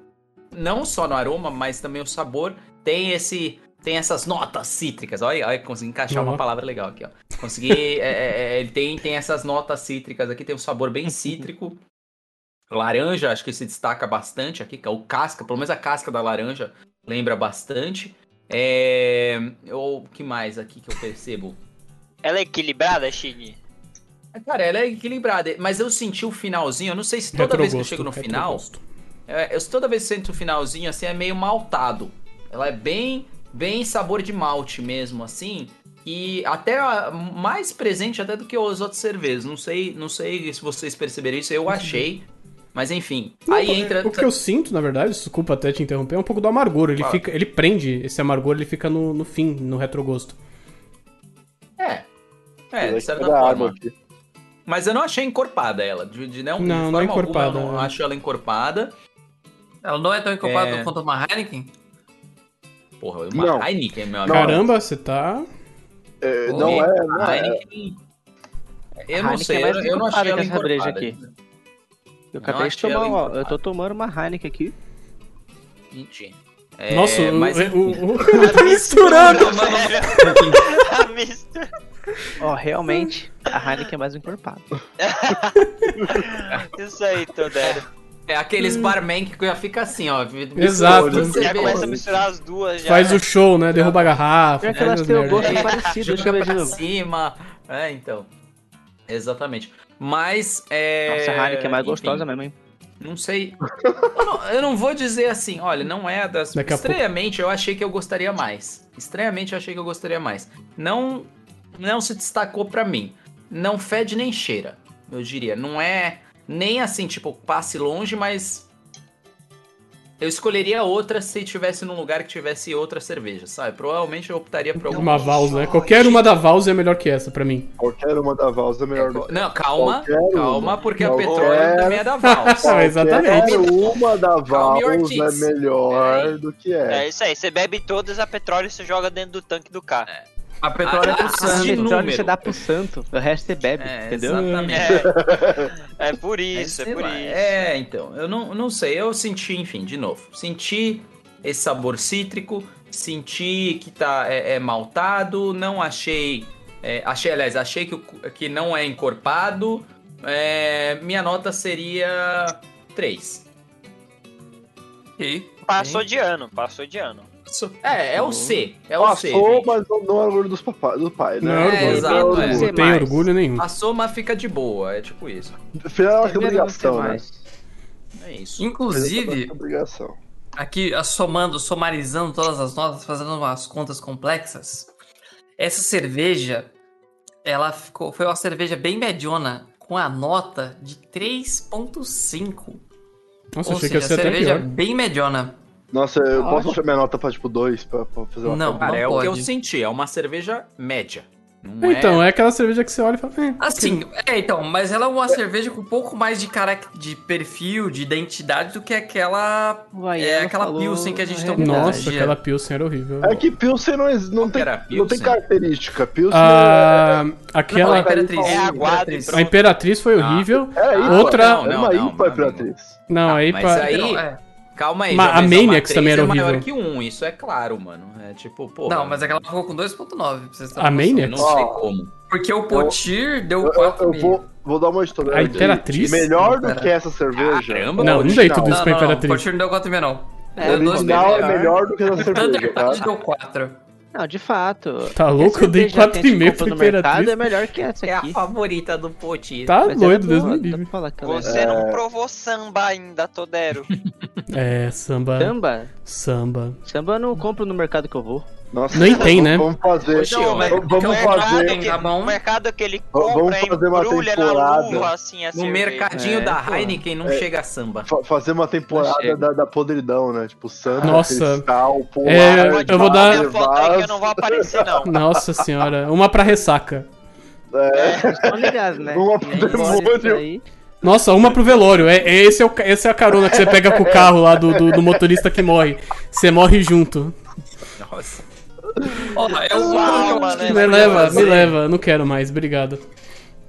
Speaker 6: não só no aroma, mas também o sabor, tem esse. Tem essas notas cítricas. Olha, olha consegui encaixar
Speaker 2: Ó.
Speaker 6: uma palavra legal aqui, ó. Consegui. é, é, é, ele tem, tem essas notas cítricas aqui, tem um sabor bem cítrico. Laranja, acho que se destaca bastante aqui, que é o casca, pelo menos a casca da laranja lembra bastante. É. O que mais aqui que eu percebo?
Speaker 5: Ela é equilibrada, Shig?
Speaker 6: Cara, ela é equilibrada, mas eu senti o finalzinho, eu não
Speaker 2: É
Speaker 6: sei se toda vez que eu
Speaker 2: Retrogosto,
Speaker 6: chego no final,
Speaker 2: retrogosto.
Speaker 6: é, eu, toda vez que eu sinto o finalzinho assim, é meio maltado. Ela é bem bem sabor de malte mesmo, assim. E até a- mais presente até do que os outros cervejas. Não sei, não sei se vocês perceberam isso, eu achei. Mas enfim. aí entra.
Speaker 2: é, O que eu sinto, na verdade, desculpa até te interromper, é um pouco do amargor. Ele,
Speaker 6: Fala.
Speaker 2: fica, ele prende esse amargor, ele fica no, no fim, no retrogosto.
Speaker 6: É. É, de
Speaker 3: Vai
Speaker 6: certa
Speaker 3: quebrar a água
Speaker 6: forma.
Speaker 3: aqui.
Speaker 6: Mas eu não achei encorpada ela. De, de, não, de
Speaker 2: Não,
Speaker 6: forma
Speaker 2: não é
Speaker 6: alguma
Speaker 2: encorpada,
Speaker 6: eu não
Speaker 2: é.
Speaker 6: acho ela encorpada.
Speaker 1: Ela não é tão encorpada
Speaker 6: É.
Speaker 1: quanto uma Heineken?
Speaker 6: Porra, uma
Speaker 3: Não.
Speaker 6: Heineken, meu amigo.
Speaker 2: Caramba, você tá.
Speaker 3: É,
Speaker 1: Ô,
Speaker 3: não é, não
Speaker 6: A
Speaker 3: é.
Speaker 6: Heineken. Eu não
Speaker 4: Ah, Heineken
Speaker 6: sei,
Speaker 4: é mais
Speaker 6: eu, eu não
Speaker 4: encorpada
Speaker 6: achei ela
Speaker 4: que essa breja
Speaker 6: encorpada.
Speaker 4: aqui. Eu acabei de
Speaker 6: achei
Speaker 4: tomar, um,
Speaker 6: ela
Speaker 4: ó, eu
Speaker 6: encorpada.
Speaker 4: tô tomando uma Heineken aqui.
Speaker 6: Mentira. É,
Speaker 2: Nossa, o-
Speaker 6: mas
Speaker 2: o,
Speaker 6: enfim.
Speaker 2: o- ele tá misturando!
Speaker 5: A mistura.
Speaker 4: Ó, realmente, a Heineken é mais encorpada.
Speaker 5: Isso aí, Todero.
Speaker 6: É aqueles barman que já fica assim, ó. misturando
Speaker 2: Exato.
Speaker 6: tudo
Speaker 5: Já
Speaker 6: cerveja.
Speaker 5: começa a misturar as duas já.
Speaker 2: Faz
Speaker 5: né?
Speaker 2: o show, né? Derruba a garrafa.
Speaker 4: Pior que
Speaker 2: faz
Speaker 4: elas
Speaker 2: as
Speaker 4: têm o
Speaker 2: merda.
Speaker 4: gosto
Speaker 6: É,
Speaker 4: parecido,
Speaker 2: né,
Speaker 4: deixa eu
Speaker 6: Joga
Speaker 4: ver de
Speaker 6: pra
Speaker 4: novo.
Speaker 6: cima. É, então. Exatamente. Mas. É...
Speaker 4: Nossa, a Heineken é mais
Speaker 6: enfim,
Speaker 4: gostosa mesmo, hein?
Speaker 6: Não sei. Eu não, eu não vou dizer assim, olha, não é das.
Speaker 2: Daqui a
Speaker 6: Estranhamente, eu achei que eu gostaria mais. Estranhamente, eu achei que eu gostaria mais. Não, não se destacou pra mim. Não fede nem cheira, eu diria. Não é nem assim, tipo, passe longe, mas. Eu escolheria outra se tivesse num lugar que tivesse outra cerveja, sabe? Provavelmente eu optaria por alguma.
Speaker 2: Uma Vals, né? Qualquer uma da Vals é melhor que essa pra mim.
Speaker 3: Qualquer uma da Vals é melhor do que
Speaker 6: Não, calma,
Speaker 3: Qualquer uma.
Speaker 6: calma, porque a
Speaker 3: Qualquer-
Speaker 6: petróleo também é da Vals.
Speaker 2: Ah, exatamente.
Speaker 3: Qualquer uma da
Speaker 6: Calm your
Speaker 3: Vals é
Speaker 6: tits.
Speaker 3: melhor
Speaker 6: Peraí.
Speaker 3: do que essa.
Speaker 5: É isso aí, você bebe todas, a petróleo você joga dentro do tanque do carro.
Speaker 1: A petróleo é pro
Speaker 6: Ah,
Speaker 1: sangue.
Speaker 6: de número.
Speaker 4: você dá pro santo, o resto você bebe,
Speaker 6: É,
Speaker 4: entendeu?
Speaker 6: Exatamente.
Speaker 5: É, é por isso, é,
Speaker 6: sei
Speaker 5: por
Speaker 6: lá,
Speaker 5: isso.
Speaker 6: é, então, eu não, não sei, eu senti, enfim, de novo, senti esse sabor cítrico, senti que tá, é, é maltado, não achei, é, achei, aliás, achei que, o cu- que não é encorpado, é, minha nota seria 3.
Speaker 1: Ok.
Speaker 5: Passou de ano, passou de ano.
Speaker 6: É, é o C, é o C.
Speaker 3: Passou,
Speaker 6: gente.
Speaker 3: mas não, não é orgulho dos papai, do pai, né?
Speaker 2: Não é orgulho.
Speaker 6: É, exato,
Speaker 3: Não
Speaker 2: Não
Speaker 3: é
Speaker 6: é. Ah,
Speaker 3: orgulho.
Speaker 4: Você
Speaker 2: tem
Speaker 4: mais.
Speaker 2: orgulho nenhum.
Speaker 6: Passou, mas fica de boa, é tipo isso.
Speaker 3: Afinal, ela tem
Speaker 4: Primeiro
Speaker 3: obrigação,
Speaker 4: Tá você
Speaker 3: né?
Speaker 4: mais.
Speaker 6: É isso.
Speaker 3: Ela
Speaker 1: Inclusive,
Speaker 3: tem obrigação.
Speaker 1: aqui ah, somando, somarizando todas as notas, fazendo umas contas complexas. Essa cerveja, ela ficou, foi uma cerveja bem mediana, com a nota de 3.5.
Speaker 2: Nossa,
Speaker 1: Ou seja,
Speaker 2: achei que ia ser até
Speaker 1: cerveja é
Speaker 2: pior.
Speaker 1: bem mediana.
Speaker 3: Nossa, eu
Speaker 4: Tá
Speaker 3: posso
Speaker 4: ótimo.
Speaker 3: puxar minha nota pra tipo 2 pra, pra fazer uma
Speaker 1: Não.
Speaker 3: conta?
Speaker 6: Cara, é o que eu
Speaker 1: pode.
Speaker 6: senti, é uma cerveja média. Não
Speaker 2: Então, é aquela cerveja que você olha e fala. "É,
Speaker 1: Assim, é, então, mas ela é uma cerveja com um pouco mais de, carac... de perfil, de identidade do que aquela.
Speaker 4: Uai,
Speaker 1: É
Speaker 4: ela
Speaker 1: aquela
Speaker 4: falou
Speaker 1: Pilsen que a gente
Speaker 4: na
Speaker 1: tomou.
Speaker 4: realidade.
Speaker 2: Nossa,
Speaker 1: Verdade.
Speaker 2: aquela Pilsen era horrível.
Speaker 3: É que Pilsen não, ex- não, tem,
Speaker 6: Era
Speaker 3: não tem
Speaker 6: Pilsen.
Speaker 3: característica. Pilsen
Speaker 2: é Ah,
Speaker 1: Não, a
Speaker 2: aquela.
Speaker 1: Imperatriz.
Speaker 5: É aguado e
Speaker 2: A
Speaker 5: pronto.
Speaker 2: Imperatriz foi horrível.
Speaker 3: é, é ímpar.
Speaker 2: outra-
Speaker 3: É
Speaker 6: Não,
Speaker 3: uma
Speaker 6: não,
Speaker 3: ímpar
Speaker 6: não,
Speaker 3: pra
Speaker 6: não.
Speaker 3: atriz.
Speaker 2: Não,
Speaker 6: Ah,
Speaker 2: aí
Speaker 6: mas
Speaker 2: pra.
Speaker 6: aí-
Speaker 1: Então, é.
Speaker 6: Calma aí,
Speaker 2: Ma-
Speaker 6: Jovem,
Speaker 2: a
Speaker 6: Zé, uma
Speaker 2: Maniacs
Speaker 6: três
Speaker 2: também era
Speaker 6: é maior
Speaker 2: horrível.
Speaker 6: que um, isso é claro, mano. É tipo, pô.
Speaker 1: Não, mas aquela ficou com 2.9. pra vocês terem
Speaker 2: A
Speaker 1: noção.
Speaker 6: eu
Speaker 2: Maniacs?
Speaker 6: não
Speaker 3: Ó.
Speaker 6: sei como.
Speaker 1: Porque o Potir deu
Speaker 3: Eu, eu- eu
Speaker 1: 4,5.
Speaker 3: vou, vou dar uma história.
Speaker 2: A Imperatriz?
Speaker 3: Melhor do
Speaker 1: Pera.
Speaker 3: que essa cerveja.
Speaker 6: Caramba,
Speaker 2: Não, não
Speaker 3: Original.
Speaker 2: dei tudo isso
Speaker 1: Não,
Speaker 2: pra
Speaker 1: não, não, o
Speaker 2: Imperatriz.
Speaker 1: Potir não deu 4,5 não.
Speaker 3: O
Speaker 4: É,
Speaker 1: Deu dois
Speaker 3: original
Speaker 1: bem
Speaker 3: é melhor do que essa
Speaker 1: O
Speaker 3: cerveja, tá?
Speaker 1: Thundercat deu 4.
Speaker 4: Não, de fato.
Speaker 2: Tá louco? Eu dei
Speaker 4: Cerveja que a gente
Speaker 2: 4,5
Speaker 4: compra
Speaker 2: pra
Speaker 4: no mercado
Speaker 2: Imperatriz.
Speaker 4: É melhor que essa
Speaker 6: É a
Speaker 4: aqui.
Speaker 6: favorita do Poti.
Speaker 2: Tá
Speaker 4: Mas ela é
Speaker 2: doido, Deus
Speaker 4: boa,
Speaker 2: me
Speaker 4: dá pra
Speaker 2: livre.
Speaker 4: falar
Speaker 6: Tá
Speaker 4: que ela é-
Speaker 5: Você não provou samba ainda, Todero.
Speaker 2: É, samba.
Speaker 4: Samba?
Speaker 2: Samba.
Speaker 4: Samba eu não compro no mercado que eu vou.
Speaker 3: Nossa,
Speaker 2: Nem tem, né?
Speaker 3: Vamos fazer.
Speaker 5: Então,
Speaker 6: Poxa, Não, mas-
Speaker 3: vamos vamos
Speaker 1: é
Speaker 3: fazer.
Speaker 2: um
Speaker 1: tá bom?
Speaker 5: O mercado um é que ele compra,
Speaker 3: vamos fazer uma
Speaker 5: embrulha na
Speaker 3: temporada.
Speaker 5: luva, assim, a
Speaker 6: No
Speaker 5: cerveja.
Speaker 6: mercadinho
Speaker 4: É,
Speaker 6: da
Speaker 4: pô.
Speaker 6: Heineken não chega a samba.
Speaker 3: fa- Fazer uma temporada
Speaker 4: Chega.
Speaker 3: da, da podridão, né? Tipo, Santa,
Speaker 2: Nossa.
Speaker 3: Cristal, Polar,
Speaker 2: É,
Speaker 5: Pode
Speaker 2: eu vou
Speaker 5: mandar
Speaker 2: dar-
Speaker 5: minha foto aí que eu não vou aparecer, não.
Speaker 2: Nossa senhora. Uma pra ressaca.
Speaker 4: Vocês estão ligados, né?
Speaker 3: Uma
Speaker 4: Quem
Speaker 3: pro
Speaker 4: gosta disso
Speaker 3: demônio.
Speaker 4: aí-
Speaker 2: Nossa, uma pro velório. É, é esse é, o ca- essa é a carona que você pega com o carro lá do, do, do motorista que morre. Você morre junto.
Speaker 6: Nossa.
Speaker 1: Ó,
Speaker 2: É
Speaker 1: eu,
Speaker 5: Uau, mano, é
Speaker 2: Me leva, me leva. Não quero mais, obrigado.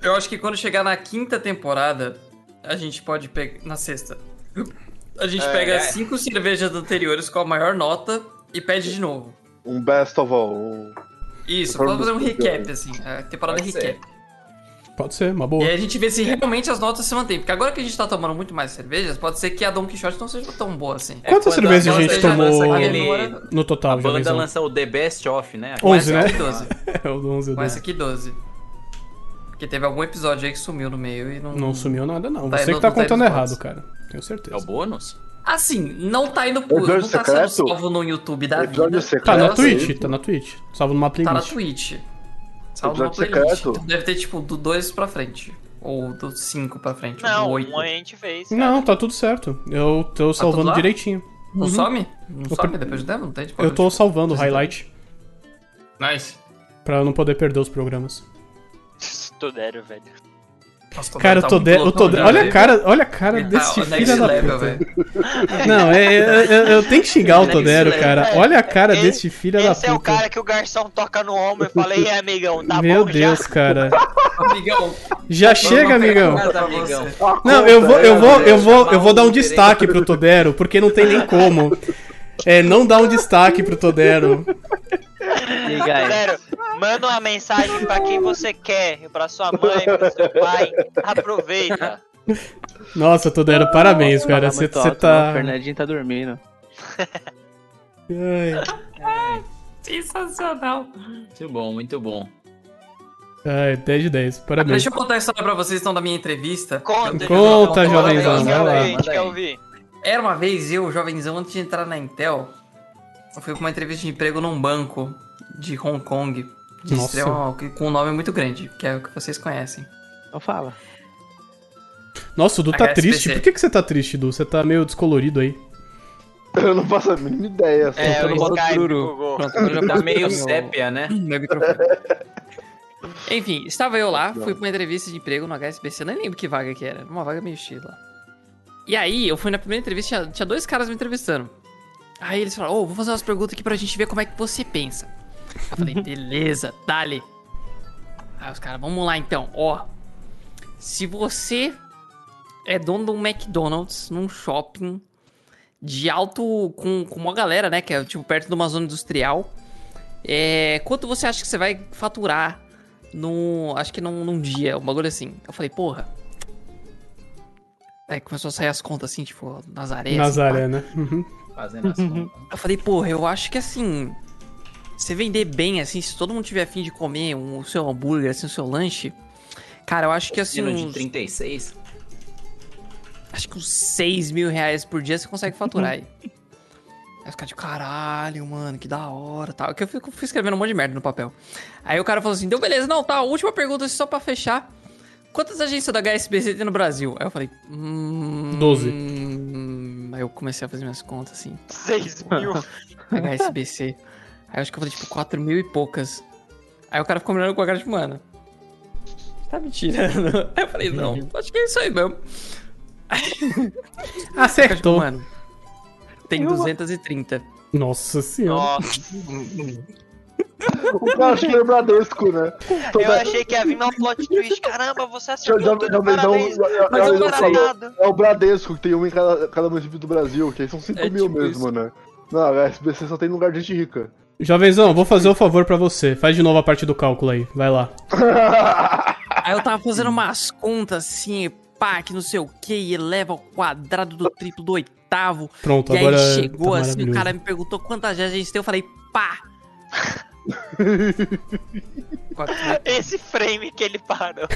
Speaker 1: eu acho que quando chegar na quinta temporada, a gente pode pegar. Na sexta. A gente
Speaker 3: É,
Speaker 1: pega cinco cervejas anteriores com a maior nota e pede de novo.
Speaker 3: Um best of all. um-
Speaker 1: Isso,
Speaker 3: Vamos
Speaker 1: pode fazer um
Speaker 3: fazer.
Speaker 1: recap, assim. A temporada
Speaker 6: Pode
Speaker 1: recap.
Speaker 6: ser.
Speaker 2: Pode ser, uma
Speaker 1: E
Speaker 2: boa.
Speaker 1: aí a gente vê se realmente as notas se mantêm. Porque agora que a gente tá tomando muito mais cervejas, pode ser que a Don Quixote não seja tão boa assim.
Speaker 2: Quantas
Speaker 6: quando
Speaker 2: cervejas É, a
Speaker 6: banda
Speaker 2: gente
Speaker 6: já
Speaker 2: tomou?
Speaker 6: lança
Speaker 1: Agora-
Speaker 6: Aquele...
Speaker 2: No
Speaker 6: A
Speaker 2: total, já
Speaker 6: banda
Speaker 2: visão.
Speaker 6: lança o The Best Of, né?
Speaker 1: Com
Speaker 2: 11, né?
Speaker 1: essa aqui, 12.
Speaker 2: É o 11
Speaker 1: Com
Speaker 2: do...
Speaker 1: essa aqui, 12. Porque teve algum episódio aí que sumiu no meio e não.
Speaker 2: Não sumiu nada, não.
Speaker 1: Tá,
Speaker 2: Você
Speaker 1: não-
Speaker 2: que tá
Speaker 1: não tá aí
Speaker 2: contando
Speaker 1: nos
Speaker 2: errado,
Speaker 1: pontos.
Speaker 2: cara. Tenho
Speaker 6: É o
Speaker 2: certeza.
Speaker 6: bônus?
Speaker 1: Assim, não tá indo pro.
Speaker 3: Episódio
Speaker 1: Não tá
Speaker 3: secreto?
Speaker 1: sendo salvo no YouTube da
Speaker 3: Episódio
Speaker 1: vida.
Speaker 3: secreto.
Speaker 2: Tá na
Speaker 1: Tá
Speaker 2: Twitch, tá na Twitch. Salvo numa
Speaker 1: Tá na
Speaker 2: playlist.
Speaker 1: Twitch. Salvo
Speaker 3: Episódio
Speaker 1: na playlist.
Speaker 3: secreto.
Speaker 1: Então deve ter, tipo, do 2 pra frente. Ou do 5 pra frente. ou
Speaker 5: Não,
Speaker 1: do 8.
Speaker 5: um a gente fez. cara.
Speaker 2: Não, tá tudo certo. Eu tô salvando
Speaker 1: tudo lá?
Speaker 2: direitinho.
Speaker 1: Não
Speaker 2: Uhum.
Speaker 1: some? Não
Speaker 2: Eu
Speaker 1: some
Speaker 2: per-
Speaker 1: depois do tempo? Não tem? Tipo,
Speaker 2: Eu tô salvando o highlight
Speaker 1: Nice.
Speaker 2: pra eu não poder perder os programas.
Speaker 5: Todero, velho.
Speaker 1: Nossa,
Speaker 2: Cara, eu
Speaker 1: tá
Speaker 2: tô
Speaker 1: muito
Speaker 2: de... eu
Speaker 1: loucão
Speaker 2: tô de-
Speaker 1: já,
Speaker 2: Olha a
Speaker 1: velho.
Speaker 2: cara, olha a cara
Speaker 1: Tá,
Speaker 2: desse
Speaker 1: o next
Speaker 2: filho da
Speaker 1: level,
Speaker 2: puta.
Speaker 1: velho.
Speaker 2: Não, é, é- eu, eu tenho que xingar o
Speaker 1: Next
Speaker 2: Todero,
Speaker 1: level.
Speaker 2: cara. Olha a cara
Speaker 5: Esse-
Speaker 2: desse filho da
Speaker 5: Esse é o
Speaker 2: puta.
Speaker 5: cara que o garçom toca no ombro e fala, e aí, amigão, tá
Speaker 2: Meu
Speaker 5: bom
Speaker 2: Deus,
Speaker 5: já?
Speaker 2: cara.
Speaker 1: Amigão.
Speaker 2: Já chega, amigão.
Speaker 6: Mas,
Speaker 1: pra
Speaker 6: amigão, Tá,
Speaker 1: você.
Speaker 3: Ah,
Speaker 2: Não,
Speaker 3: conta,
Speaker 2: eu vou,
Speaker 3: é,
Speaker 2: eu vou,
Speaker 6: Todero,
Speaker 2: eu vou,
Speaker 6: chamar
Speaker 2: eu vou dar um
Speaker 6: o direito.
Speaker 2: destaque pro Todero, porque não tem nem como. É, não dá um destaque pro Todero.
Speaker 4: Diga aí.
Speaker 5: Sério, manda uma mensagem pra quem você quer, pra sua mãe, pro seu pai. Aproveita.
Speaker 2: Nossa, Todero, parabéns, cara.
Speaker 4: Falar
Speaker 2: Você
Speaker 4: muito
Speaker 2: você
Speaker 4: alto, não, O
Speaker 2: tá.
Speaker 4: Fernandinho tá dormindo.
Speaker 2: Ai,
Speaker 1: Sensacional.
Speaker 6: Muito bom, muito bom.
Speaker 2: ai, 10 de 10, parabéns.
Speaker 1: Deixa eu contar a história pra vocês, então, da minha entrevista.
Speaker 5: Conta,
Speaker 2: Conta,
Speaker 1: Jovem
Speaker 5: Conta,
Speaker 1: Zão,
Speaker 5: quer
Speaker 1: vai lá.
Speaker 5: ouvir,
Speaker 6: Manda aí.
Speaker 5: quer ouvir.
Speaker 1: um Era uma vez eu, jovenzão, antes de entrar na Intel, eu fui pra uma entrevista de emprego num banco de Hong Kong. De
Speaker 2: Nossa.
Speaker 1: extrema- com um nome muito grande, que é o que vocês conhecem.
Speaker 4: Então fala.
Speaker 2: Nossa, o Du tá
Speaker 1: HSBC.
Speaker 2: triste. Por que, que você tá triste, Du? Você tá meio descolorido aí.
Speaker 3: Eu não faço a mínima ideia. só tô
Speaker 5: É, eu vou
Speaker 3: no-
Speaker 5: colocar aí no
Speaker 1: Tururu.
Speaker 5: Google.
Speaker 1: Pronto, agora eu já
Speaker 6: Tá
Speaker 1: posso
Speaker 6: meio
Speaker 1: botar meu-
Speaker 6: sépia, né?
Speaker 1: meu é microfone. Enfim, estava eu lá, fui pra uma entrevista de emprego no HSBC, eu nem lembro que vaga que era, uma vaga meio X lá. E aí, eu fui na primeira entrevista, tinha, tinha dois caras me entrevistando. Aí eles falaram, ô, vou fazer umas perguntas aqui pra gente ver como é que você pensa. Eu falei, beleza, dale. Aí os caras, vamos lá então, ó. Se você é dono de um McDonald's num shopping de alto, com, com uma galera, né, que é tipo perto de uma zona industrial, é, quanto você acha que você vai faturar num. Acho que num, num dia, um bagulho assim. Eu falei, porra. Aí começou a sair as contas assim, tipo, Nazaré. assim,
Speaker 2: Nazaré, né? Uhum.
Speaker 6: Fazendo assim.
Speaker 1: pá. Eu falei, porra, eu acho que assim. Você vender bem, assim, se todo mundo tiver afim de comer um- o seu hambúrguer, assim, o seu lanche. Cara, eu acho que assim.
Speaker 6: Sino de
Speaker 1: uns-
Speaker 6: 36.
Speaker 1: acho que uns 6 mil reais por dia você consegue faturar aí. Aí os caras, tipo, caralho, mano, que da hora tal. Que eu fico- fui escrevendo um monte de merda no papel. Aí o cara falou assim: então beleza, não, tá, última pergunta só pra fechar. Quantas agências da HSBC tem no Brasil? Aí eu falei: hum.
Speaker 2: Doze.
Speaker 1: Aí eu comecei a fazer minhas contas assim:
Speaker 5: 6 mil.
Speaker 1: HSBC. Aí eu acho que eu falei, tipo, 4 mil e poucas. Aí o cara ficou me olhando com a cara, tipo, mano, você tá me tirando. Aí eu falei, não, acho que é isso aí mesmo. Tipo,
Speaker 2: É, Acertou.
Speaker 1: mano, tem 230.
Speaker 2: Nossa senhora.
Speaker 5: Nossa,
Speaker 3: O cara acha que é Bradesco, né?
Speaker 5: eu
Speaker 3: Toda-
Speaker 5: achei que ia vir um plot twist. Caramba, você
Speaker 3: Jo-
Speaker 5: acertou
Speaker 3: jo-
Speaker 5: tudo,
Speaker 3: Jovenzão-
Speaker 5: parabéns.
Speaker 3: Jo- Jo-
Speaker 1: Mas eu
Speaker 3: Jovenzão
Speaker 1: parei.
Speaker 3: falou,
Speaker 5: Parado.
Speaker 3: É o Bradesco, que tem um em cada, cada município do Brasil, que aí são 5
Speaker 1: É
Speaker 3: mil
Speaker 1: tipo
Speaker 3: mesmo,
Speaker 1: isso.
Speaker 3: né? Não, a SBC só tem lugar de gente rica.
Speaker 2: Jovenzão, vou fazer um favor pra você. Faz de novo a parte do cálculo aí. Vai lá.
Speaker 1: Aí eu tava fazendo umas contas assim, pá, que não sei o que, e eleva ao quadrado do triplo do oitavo.
Speaker 2: Pronto,
Speaker 1: e
Speaker 2: agora.
Speaker 1: aí chegou
Speaker 2: tá
Speaker 1: assim, o
Speaker 2: maravilhoso.
Speaker 1: cara me perguntou quantas agências tem, eu falei, pá! Quatro mil.
Speaker 5: Esse frame que ele parou.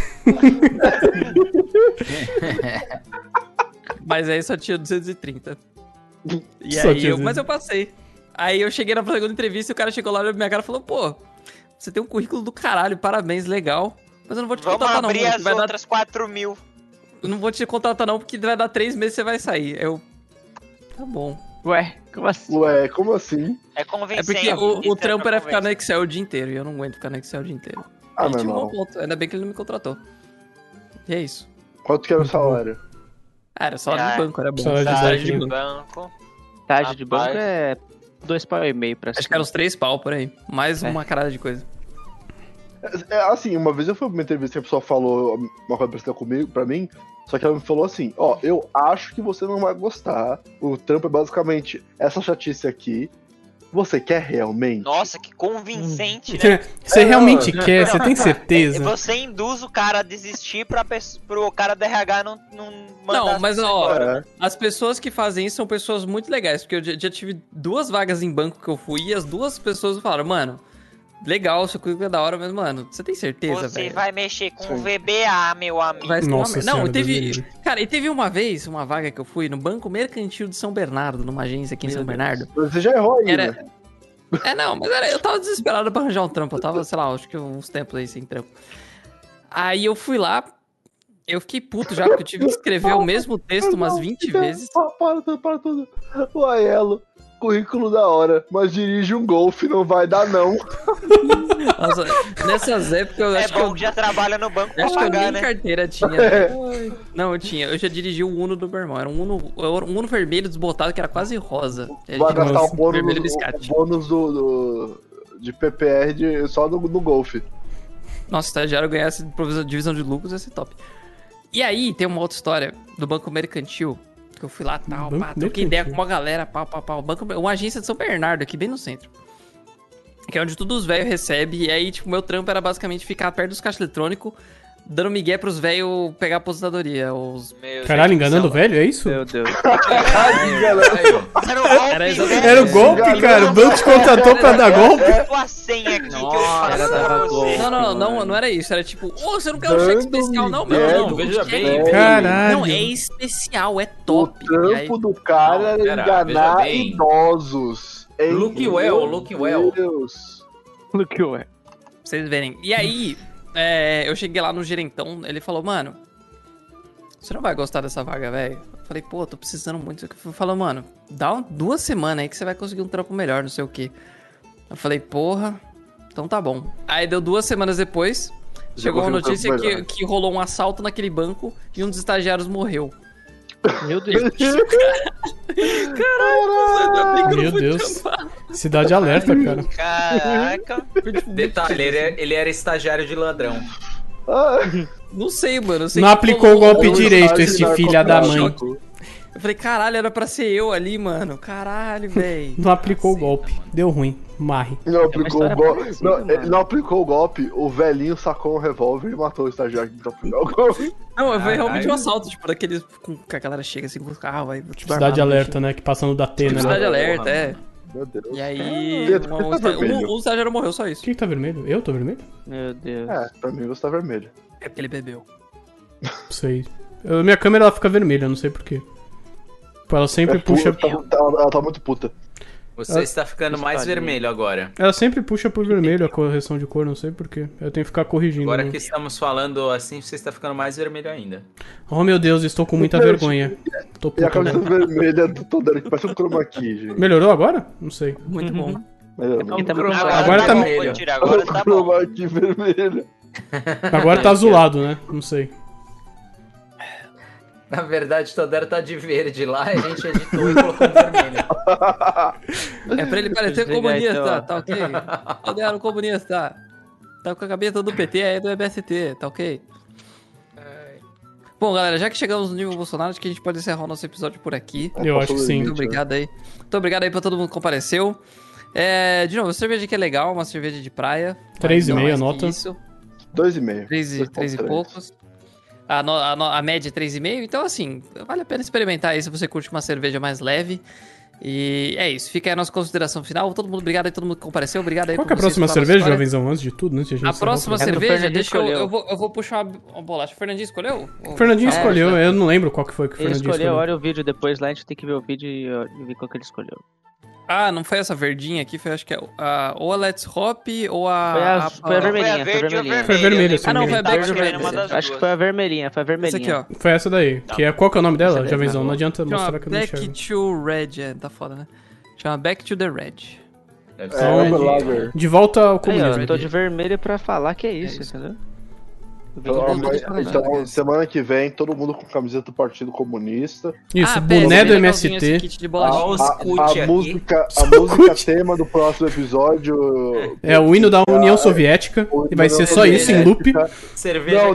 Speaker 1: Mas aí só tinha 230. E
Speaker 2: Só
Speaker 1: aí
Speaker 2: tinha
Speaker 1: eu, mas eu passei. Aí eu cheguei na segunda entrevista e o cara chegou lá na minha cara e falou: pô, você tem um currículo do caralho, parabéns, legal. Mas eu não vou te
Speaker 5: Vamos
Speaker 1: contratar, não.
Speaker 5: abrir
Speaker 1: porque tá
Speaker 5: as
Speaker 1: vai dar-
Speaker 5: outras 4 mil.
Speaker 1: eu não vou te contratar, não, porque vai dar três meses e você vai sair. Eu. Tá bom.
Speaker 4: Ué, como assim?
Speaker 3: Ué, como assim?
Speaker 5: É
Speaker 1: É
Speaker 5: convincente.
Speaker 1: porque o, o
Speaker 5: Isso
Speaker 1: trampo era ficar no
Speaker 5: convincente.
Speaker 1: Excel o dia inteiro e eu não aguento ficar no Excel o dia inteiro.
Speaker 3: Ah,
Speaker 1: Aí
Speaker 3: meu
Speaker 1: tinha um bom
Speaker 3: irmão.
Speaker 1: ponto. Ainda bem que ele não me contratou. E é isso.
Speaker 3: Quanto que era o salário?
Speaker 1: Ah, era só
Speaker 5: Ah,
Speaker 1: no banco, era bom.
Speaker 2: só-
Speaker 5: Salário
Speaker 2: Exato,
Speaker 5: de
Speaker 2: né?
Speaker 5: banco.
Speaker 4: Estágio de
Speaker 5: Rapaz.
Speaker 4: banco é dois pau e meio pra
Speaker 1: Acho que eram uns três pau por aí. Mais
Speaker 4: É.
Speaker 1: uma carada de coisa.
Speaker 3: É, é, assim, uma vez eu fui pra uma entrevista e a pessoa falou uma coisa parecida comigo, pra mim, só que ela me falou assim, ó, eu acho que você não vai gostar. O trampo é basicamente essa chatice aqui. Você quer realmente?
Speaker 5: Nossa, que
Speaker 1: Hum,
Speaker 5: convincente, né?
Speaker 2: Você realmente
Speaker 3: Não,
Speaker 2: quer? Você tem
Speaker 5: É,
Speaker 2: certeza?
Speaker 5: Você induz o cara a desistir pra pesso- pro cara da RH não, não mandar.
Speaker 1: Não, mas ó,
Speaker 3: Cara,
Speaker 1: As pessoas que fazem isso são pessoas muito legais, porque eu já, já tive duas vagas em banco que eu fui e as duas pessoas falaram, mano, legal, seu currículo é da hora, mas, mano, você tem certeza,
Speaker 5: Você
Speaker 1: velho?
Speaker 5: vai mexer com
Speaker 3: Sim.
Speaker 5: VBA, meu amigo.
Speaker 1: Vai ser uma
Speaker 2: Nossa
Speaker 1: merda. Não,
Speaker 2: Senhora, Deus me
Speaker 1: teve.
Speaker 2: livre.
Speaker 1: Cara, e teve uma vez uma vaga que eu fui no Banco Mercantil de São Bernardo, numa agência aqui em
Speaker 4: Meu
Speaker 1: São
Speaker 4: Deus.
Speaker 1: Bernardo.
Speaker 3: Você já errou aí,
Speaker 1: Era-
Speaker 3: né?
Speaker 1: É, não, mas era- eu tava desesperado pra arranjar um trampo. Eu tava, sei lá, acho que uns tempos aí sem trampo. Aí eu fui lá, eu fiquei puto já, porque eu tive que escrever o mesmo texto umas 20 vezes.
Speaker 3: Pa- Para, tudo, para tudo. O Aiello, currículo da hora, mas dirige um golfe, não vai dar não.
Speaker 1: Nossa, nessas épocas eu
Speaker 5: É
Speaker 1: acho que
Speaker 5: bom
Speaker 1: eu,
Speaker 5: que já trabalha no banco pra
Speaker 1: acho que eu
Speaker 5: pagar,
Speaker 1: nem
Speaker 5: né?
Speaker 1: carteira tinha.
Speaker 3: É.
Speaker 1: Não, eu tinha. Eu já dirigi o Uno do meu irmão. Era um Uno, era um Uno vermelho desbotado que era quase rosa. Ele
Speaker 3: Vai
Speaker 1: tinha um
Speaker 3: gastar o
Speaker 2: Nossa,
Speaker 3: bônus,
Speaker 1: vermelho
Speaker 3: o- o
Speaker 1: biscate.
Speaker 3: bônus do, do- de PPR de- só no, no golfe.
Speaker 1: Nossa, se o estagiário ganhasse provisão- divisão de lucros, ia ser top. E aí, tem uma outra história do Banco Mercantil, que eu fui lá, tal,
Speaker 2: Banco
Speaker 1: pá, troquei
Speaker 2: Mercantil.
Speaker 1: ideia com uma galera, pá, pá, pá. o Banco, uma agência de São Bernardo, aqui bem no centro. Que é onde todos os velhos recebem, e aí, tipo, meu trampo era basicamente ficar perto dos caixas eletrônicos, dando migué pros velhos pegar aposentadoria. Os...
Speaker 5: Meu
Speaker 2: Caralho,
Speaker 5: Deus do
Speaker 2: enganando o
Speaker 5: céu.
Speaker 2: velho, é isso?
Speaker 4: Meu Deus.
Speaker 5: Era o golpe, né?
Speaker 1: Era exatamente-
Speaker 5: velho.
Speaker 2: Era o golpe,
Speaker 3: Enganou,
Speaker 2: cara. O banco te contratou pra dar golpe.
Speaker 5: Eu Tipo a senha aqui que eu
Speaker 4: Nossa,
Speaker 5: faço pra
Speaker 4: era
Speaker 5: você.
Speaker 1: Não, não, não, não era isso, era tipo, ô, você não quer um cheque
Speaker 3: Dando
Speaker 1: especial, não,
Speaker 3: migué
Speaker 1: meu?
Speaker 6: Não,
Speaker 1: Não,
Speaker 6: veja bem.
Speaker 1: cheque-
Speaker 2: Caralho.
Speaker 1: Não, é especial, é
Speaker 3: O
Speaker 1: top. E aí-
Speaker 3: trampo do cara
Speaker 6: Não,
Speaker 3: era
Speaker 6: pera, veja
Speaker 3: enganar
Speaker 6: bem.
Speaker 3: idosos. hein?
Speaker 6: Look well,
Speaker 3: Meu
Speaker 6: look well.
Speaker 3: Deus.
Speaker 4: Look que eu é.
Speaker 1: Pra vocês verem. E aí, é, eu cheguei lá no gerentão, ele falou, mano, você não vai gostar dessa vaga, velho? Eu Falei, pô, tô precisando muito. disso aqui." Ele falou, mano, dá um- duas semanas aí que você vai conseguir um trampo melhor, não sei o quê. Eu falei, porra, então tá bom. Aí deu duas semanas depois,
Speaker 3: Já
Speaker 1: chegou a
Speaker 3: conseguiu um
Speaker 1: notícia
Speaker 3: trampo
Speaker 1: que,
Speaker 3: melhor.
Speaker 1: que rolou um assalto naquele banco e um dos estagiários morreu.
Speaker 4: Meu Deus.
Speaker 2: Meu Deus. Cidade alerta, cara.
Speaker 5: Caraca.
Speaker 6: Detalhe, ele era, ele era estagiário de ladrão.
Speaker 3: Ah,
Speaker 1: Não sei, mano. eu sei
Speaker 2: Não
Speaker 1: que
Speaker 2: aplicou o
Speaker 1: rolou- um
Speaker 2: golpe
Speaker 3: eu
Speaker 2: direito,
Speaker 3: estava
Speaker 2: este
Speaker 3: de
Speaker 2: filha da
Speaker 3: narcotráfico.
Speaker 2: mãe.
Speaker 6: É
Speaker 1: Eu falei, caralho, era pra ser eu ali, mano. Caralho, velho.
Speaker 2: Não aplicou o golpe. Deu ruim. Marre.
Speaker 3: Não aplicou, o
Speaker 4: história
Speaker 3: golpe.
Speaker 4: parecida,
Speaker 3: não,
Speaker 6: né?
Speaker 4: mano.
Speaker 3: ele não aplicou o golpe, o velhinho sacou um revólver e matou o estagiário que tentou aplicar o golpe.
Speaker 1: Não, foi
Speaker 6: Caralho.
Speaker 1: realmente um assalto, tipo, daqueles com, que a galera chega assim com o carro, aí, tipo, armado,
Speaker 2: Cidade alerta, né? Que passando da T,
Speaker 1: Tipo,
Speaker 2: né?
Speaker 1: cidade
Speaker 6: Porra,
Speaker 1: alerta, é.
Speaker 6: mano.
Speaker 3: Meu Deus.
Speaker 1: E aí,
Speaker 3: Pedro,
Speaker 1: uma-
Speaker 3: por que
Speaker 1: um,
Speaker 3: tá
Speaker 1: esta-
Speaker 3: vermelho?
Speaker 1: um, um estagiário morreu, só isso.
Speaker 2: Quem que tá vermelho? Eu tô vermelho?
Speaker 4: Meu Deus.
Speaker 3: É, pra mim você tá vermelho.
Speaker 1: É porque ele bebeu.
Speaker 2: Não sei. Eu- minha câmera ela fica vermelha, eu não sei porquê. Ela sempre
Speaker 3: É
Speaker 2: puxa.
Speaker 3: puta, tá- ela, ela tá muito puta.
Speaker 2: Ah,
Speaker 6: Você está ficando mais
Speaker 4: Estagiário.
Speaker 6: vermelho agora.
Speaker 2: Ela sempre puxa pro vermelho a correção de cor, não sei porquê. Eu tenho que ficar corrigindo.
Speaker 6: Agora
Speaker 2: né?
Speaker 6: que estamos falando assim, você está ficando mais vermelho ainda.
Speaker 2: Oh meu Deus, estou com muita
Speaker 3: Meu Deus.
Speaker 2: vergonha. Tô
Speaker 3: E a
Speaker 2: puto.
Speaker 3: camisa vermelha do Todero, que parece um chroma key, gente.
Speaker 2: Melhorou agora? Não sei.
Speaker 1: Muito bom.
Speaker 3: Melhor não.
Speaker 4: Porque
Speaker 6: Então,
Speaker 4: tá muito
Speaker 5: Agora,
Speaker 4: claro.
Speaker 2: Agora
Speaker 5: tá
Speaker 2: tá
Speaker 5: bom,
Speaker 6: melhor.
Speaker 5: vou tirar, agora tá bom.
Speaker 3: chroma key vermelho.
Speaker 2: Agora tá azulado, né? Não sei.
Speaker 6: Na verdade, Todero tá de verde lá, a gente editou e colocou vermelho.
Speaker 1: É pra ele parecer
Speaker 4: Deixa eu pegar,
Speaker 1: comunista,
Speaker 4: então.
Speaker 1: tá ok? Poderam comunista. Tá com a cabeça do PT aí do MST, tá ok? Bom, galera, já que chegamos no nível Bolsonaro, acho que a gente pode encerrar o nosso episódio por aqui.
Speaker 3: É,
Speaker 2: Eu acho que sim.
Speaker 1: Muito obrigado aí. Muito obrigado aí pra todo mundo que compareceu. É, de novo, cerveja que é legal, uma cerveja de praia.
Speaker 2: Três e
Speaker 1: Não
Speaker 2: meia,
Speaker 1: mais que
Speaker 2: nota.
Speaker 1: Isso.
Speaker 3: Dois e meio.
Speaker 1: 3 e,
Speaker 3: Dois ponto
Speaker 1: três e
Speaker 3: três.
Speaker 1: poucos. A, no- a, no- a média é 3,5. Então, assim, vale a pena experimentar aí se você curte uma cerveja mais leve. E é isso. Fica aí a nossa consideração final. Todo mundo, obrigado aí, todo mundo que compareceu. Obrigado aí
Speaker 2: Qual
Speaker 1: por
Speaker 2: que é a
Speaker 1: vocês
Speaker 2: próxima
Speaker 1: escutarem
Speaker 2: cerveja,
Speaker 1: história.
Speaker 2: jovenzão? Antes de tudo, antes de a gente
Speaker 1: A
Speaker 2: encerrar o
Speaker 1: próxima
Speaker 4: É do
Speaker 1: cerveja,
Speaker 4: Fernandinho
Speaker 1: deixa eu.
Speaker 4: escolheu.
Speaker 1: Eu vou, eu vou puxar uma, uma bolacha. O Fernandinho escolheu?
Speaker 2: O Fernandinho
Speaker 4: É,
Speaker 2: escolheu, eu não lembro qual que foi que o
Speaker 4: Ele
Speaker 2: Fernandinho
Speaker 4: escolheu,
Speaker 2: escolheu.
Speaker 4: olha o vídeo depois lá, a gente tem que ver o vídeo e ó, e ver qual que ele escolheu.
Speaker 1: Ah, não foi essa verdinha aqui, foi acho que é a, ou a Let's Hop ou a.
Speaker 4: Foi a- foi a vermelha.
Speaker 5: Foi a
Speaker 4: Vermelhinha, foi
Speaker 5: verde ou
Speaker 4: vermelhinha.
Speaker 5: vermelha?
Speaker 2: Foi vermelha, sim.
Speaker 1: Ah, não, foi a
Speaker 4: Tá
Speaker 1: Black
Speaker 4: escolhendo
Speaker 1: Friday.
Speaker 5: uma das
Speaker 4: Acho que
Speaker 5: duas.
Speaker 4: foi a vermelhinha, foi a vermelhinha.
Speaker 1: Essa aqui, ó.
Speaker 2: Foi essa daí. Que é, qual que é o nome
Speaker 4: Essa
Speaker 2: dela,
Speaker 4: daí,
Speaker 2: jovenzão?
Speaker 4: tá
Speaker 2: Não adianta mostrar
Speaker 1: Chama
Speaker 2: que eu não
Speaker 1: Back
Speaker 2: enxergo.
Speaker 1: to Red, é, tá foda, né? Chama Back to the Red.
Speaker 6: Deve
Speaker 3: É,
Speaker 6: ser
Speaker 2: Então,
Speaker 3: Amber
Speaker 6: verdinho.
Speaker 3: Lager.
Speaker 2: De volta ao
Speaker 4: Aí, ó, eu
Speaker 2: comunismo.
Speaker 4: tô de vermelho pra falar que é isso,
Speaker 1: É isso.
Speaker 4: entendeu? O vídeo
Speaker 3: Então,
Speaker 4: não
Speaker 1: mas-
Speaker 4: tá falando.
Speaker 3: então, semana que vem, todo mundo com camiseta do Partido Comunista.
Speaker 2: Isso,
Speaker 1: Ah, pera,
Speaker 2: boné do
Speaker 4: é
Speaker 1: bem legalzinho esse
Speaker 2: MST.
Speaker 1: kit de
Speaker 3: A,
Speaker 1: bolacha.
Speaker 6: Ó, os
Speaker 3: a- a
Speaker 6: cut aqui.
Speaker 3: música,
Speaker 2: Só
Speaker 3: a música
Speaker 2: cut.
Speaker 3: tema do próximo episódio.
Speaker 2: É o hino da União Soviética. E vai ser é só isso em loop.
Speaker 6: Cerveja
Speaker 3: Não,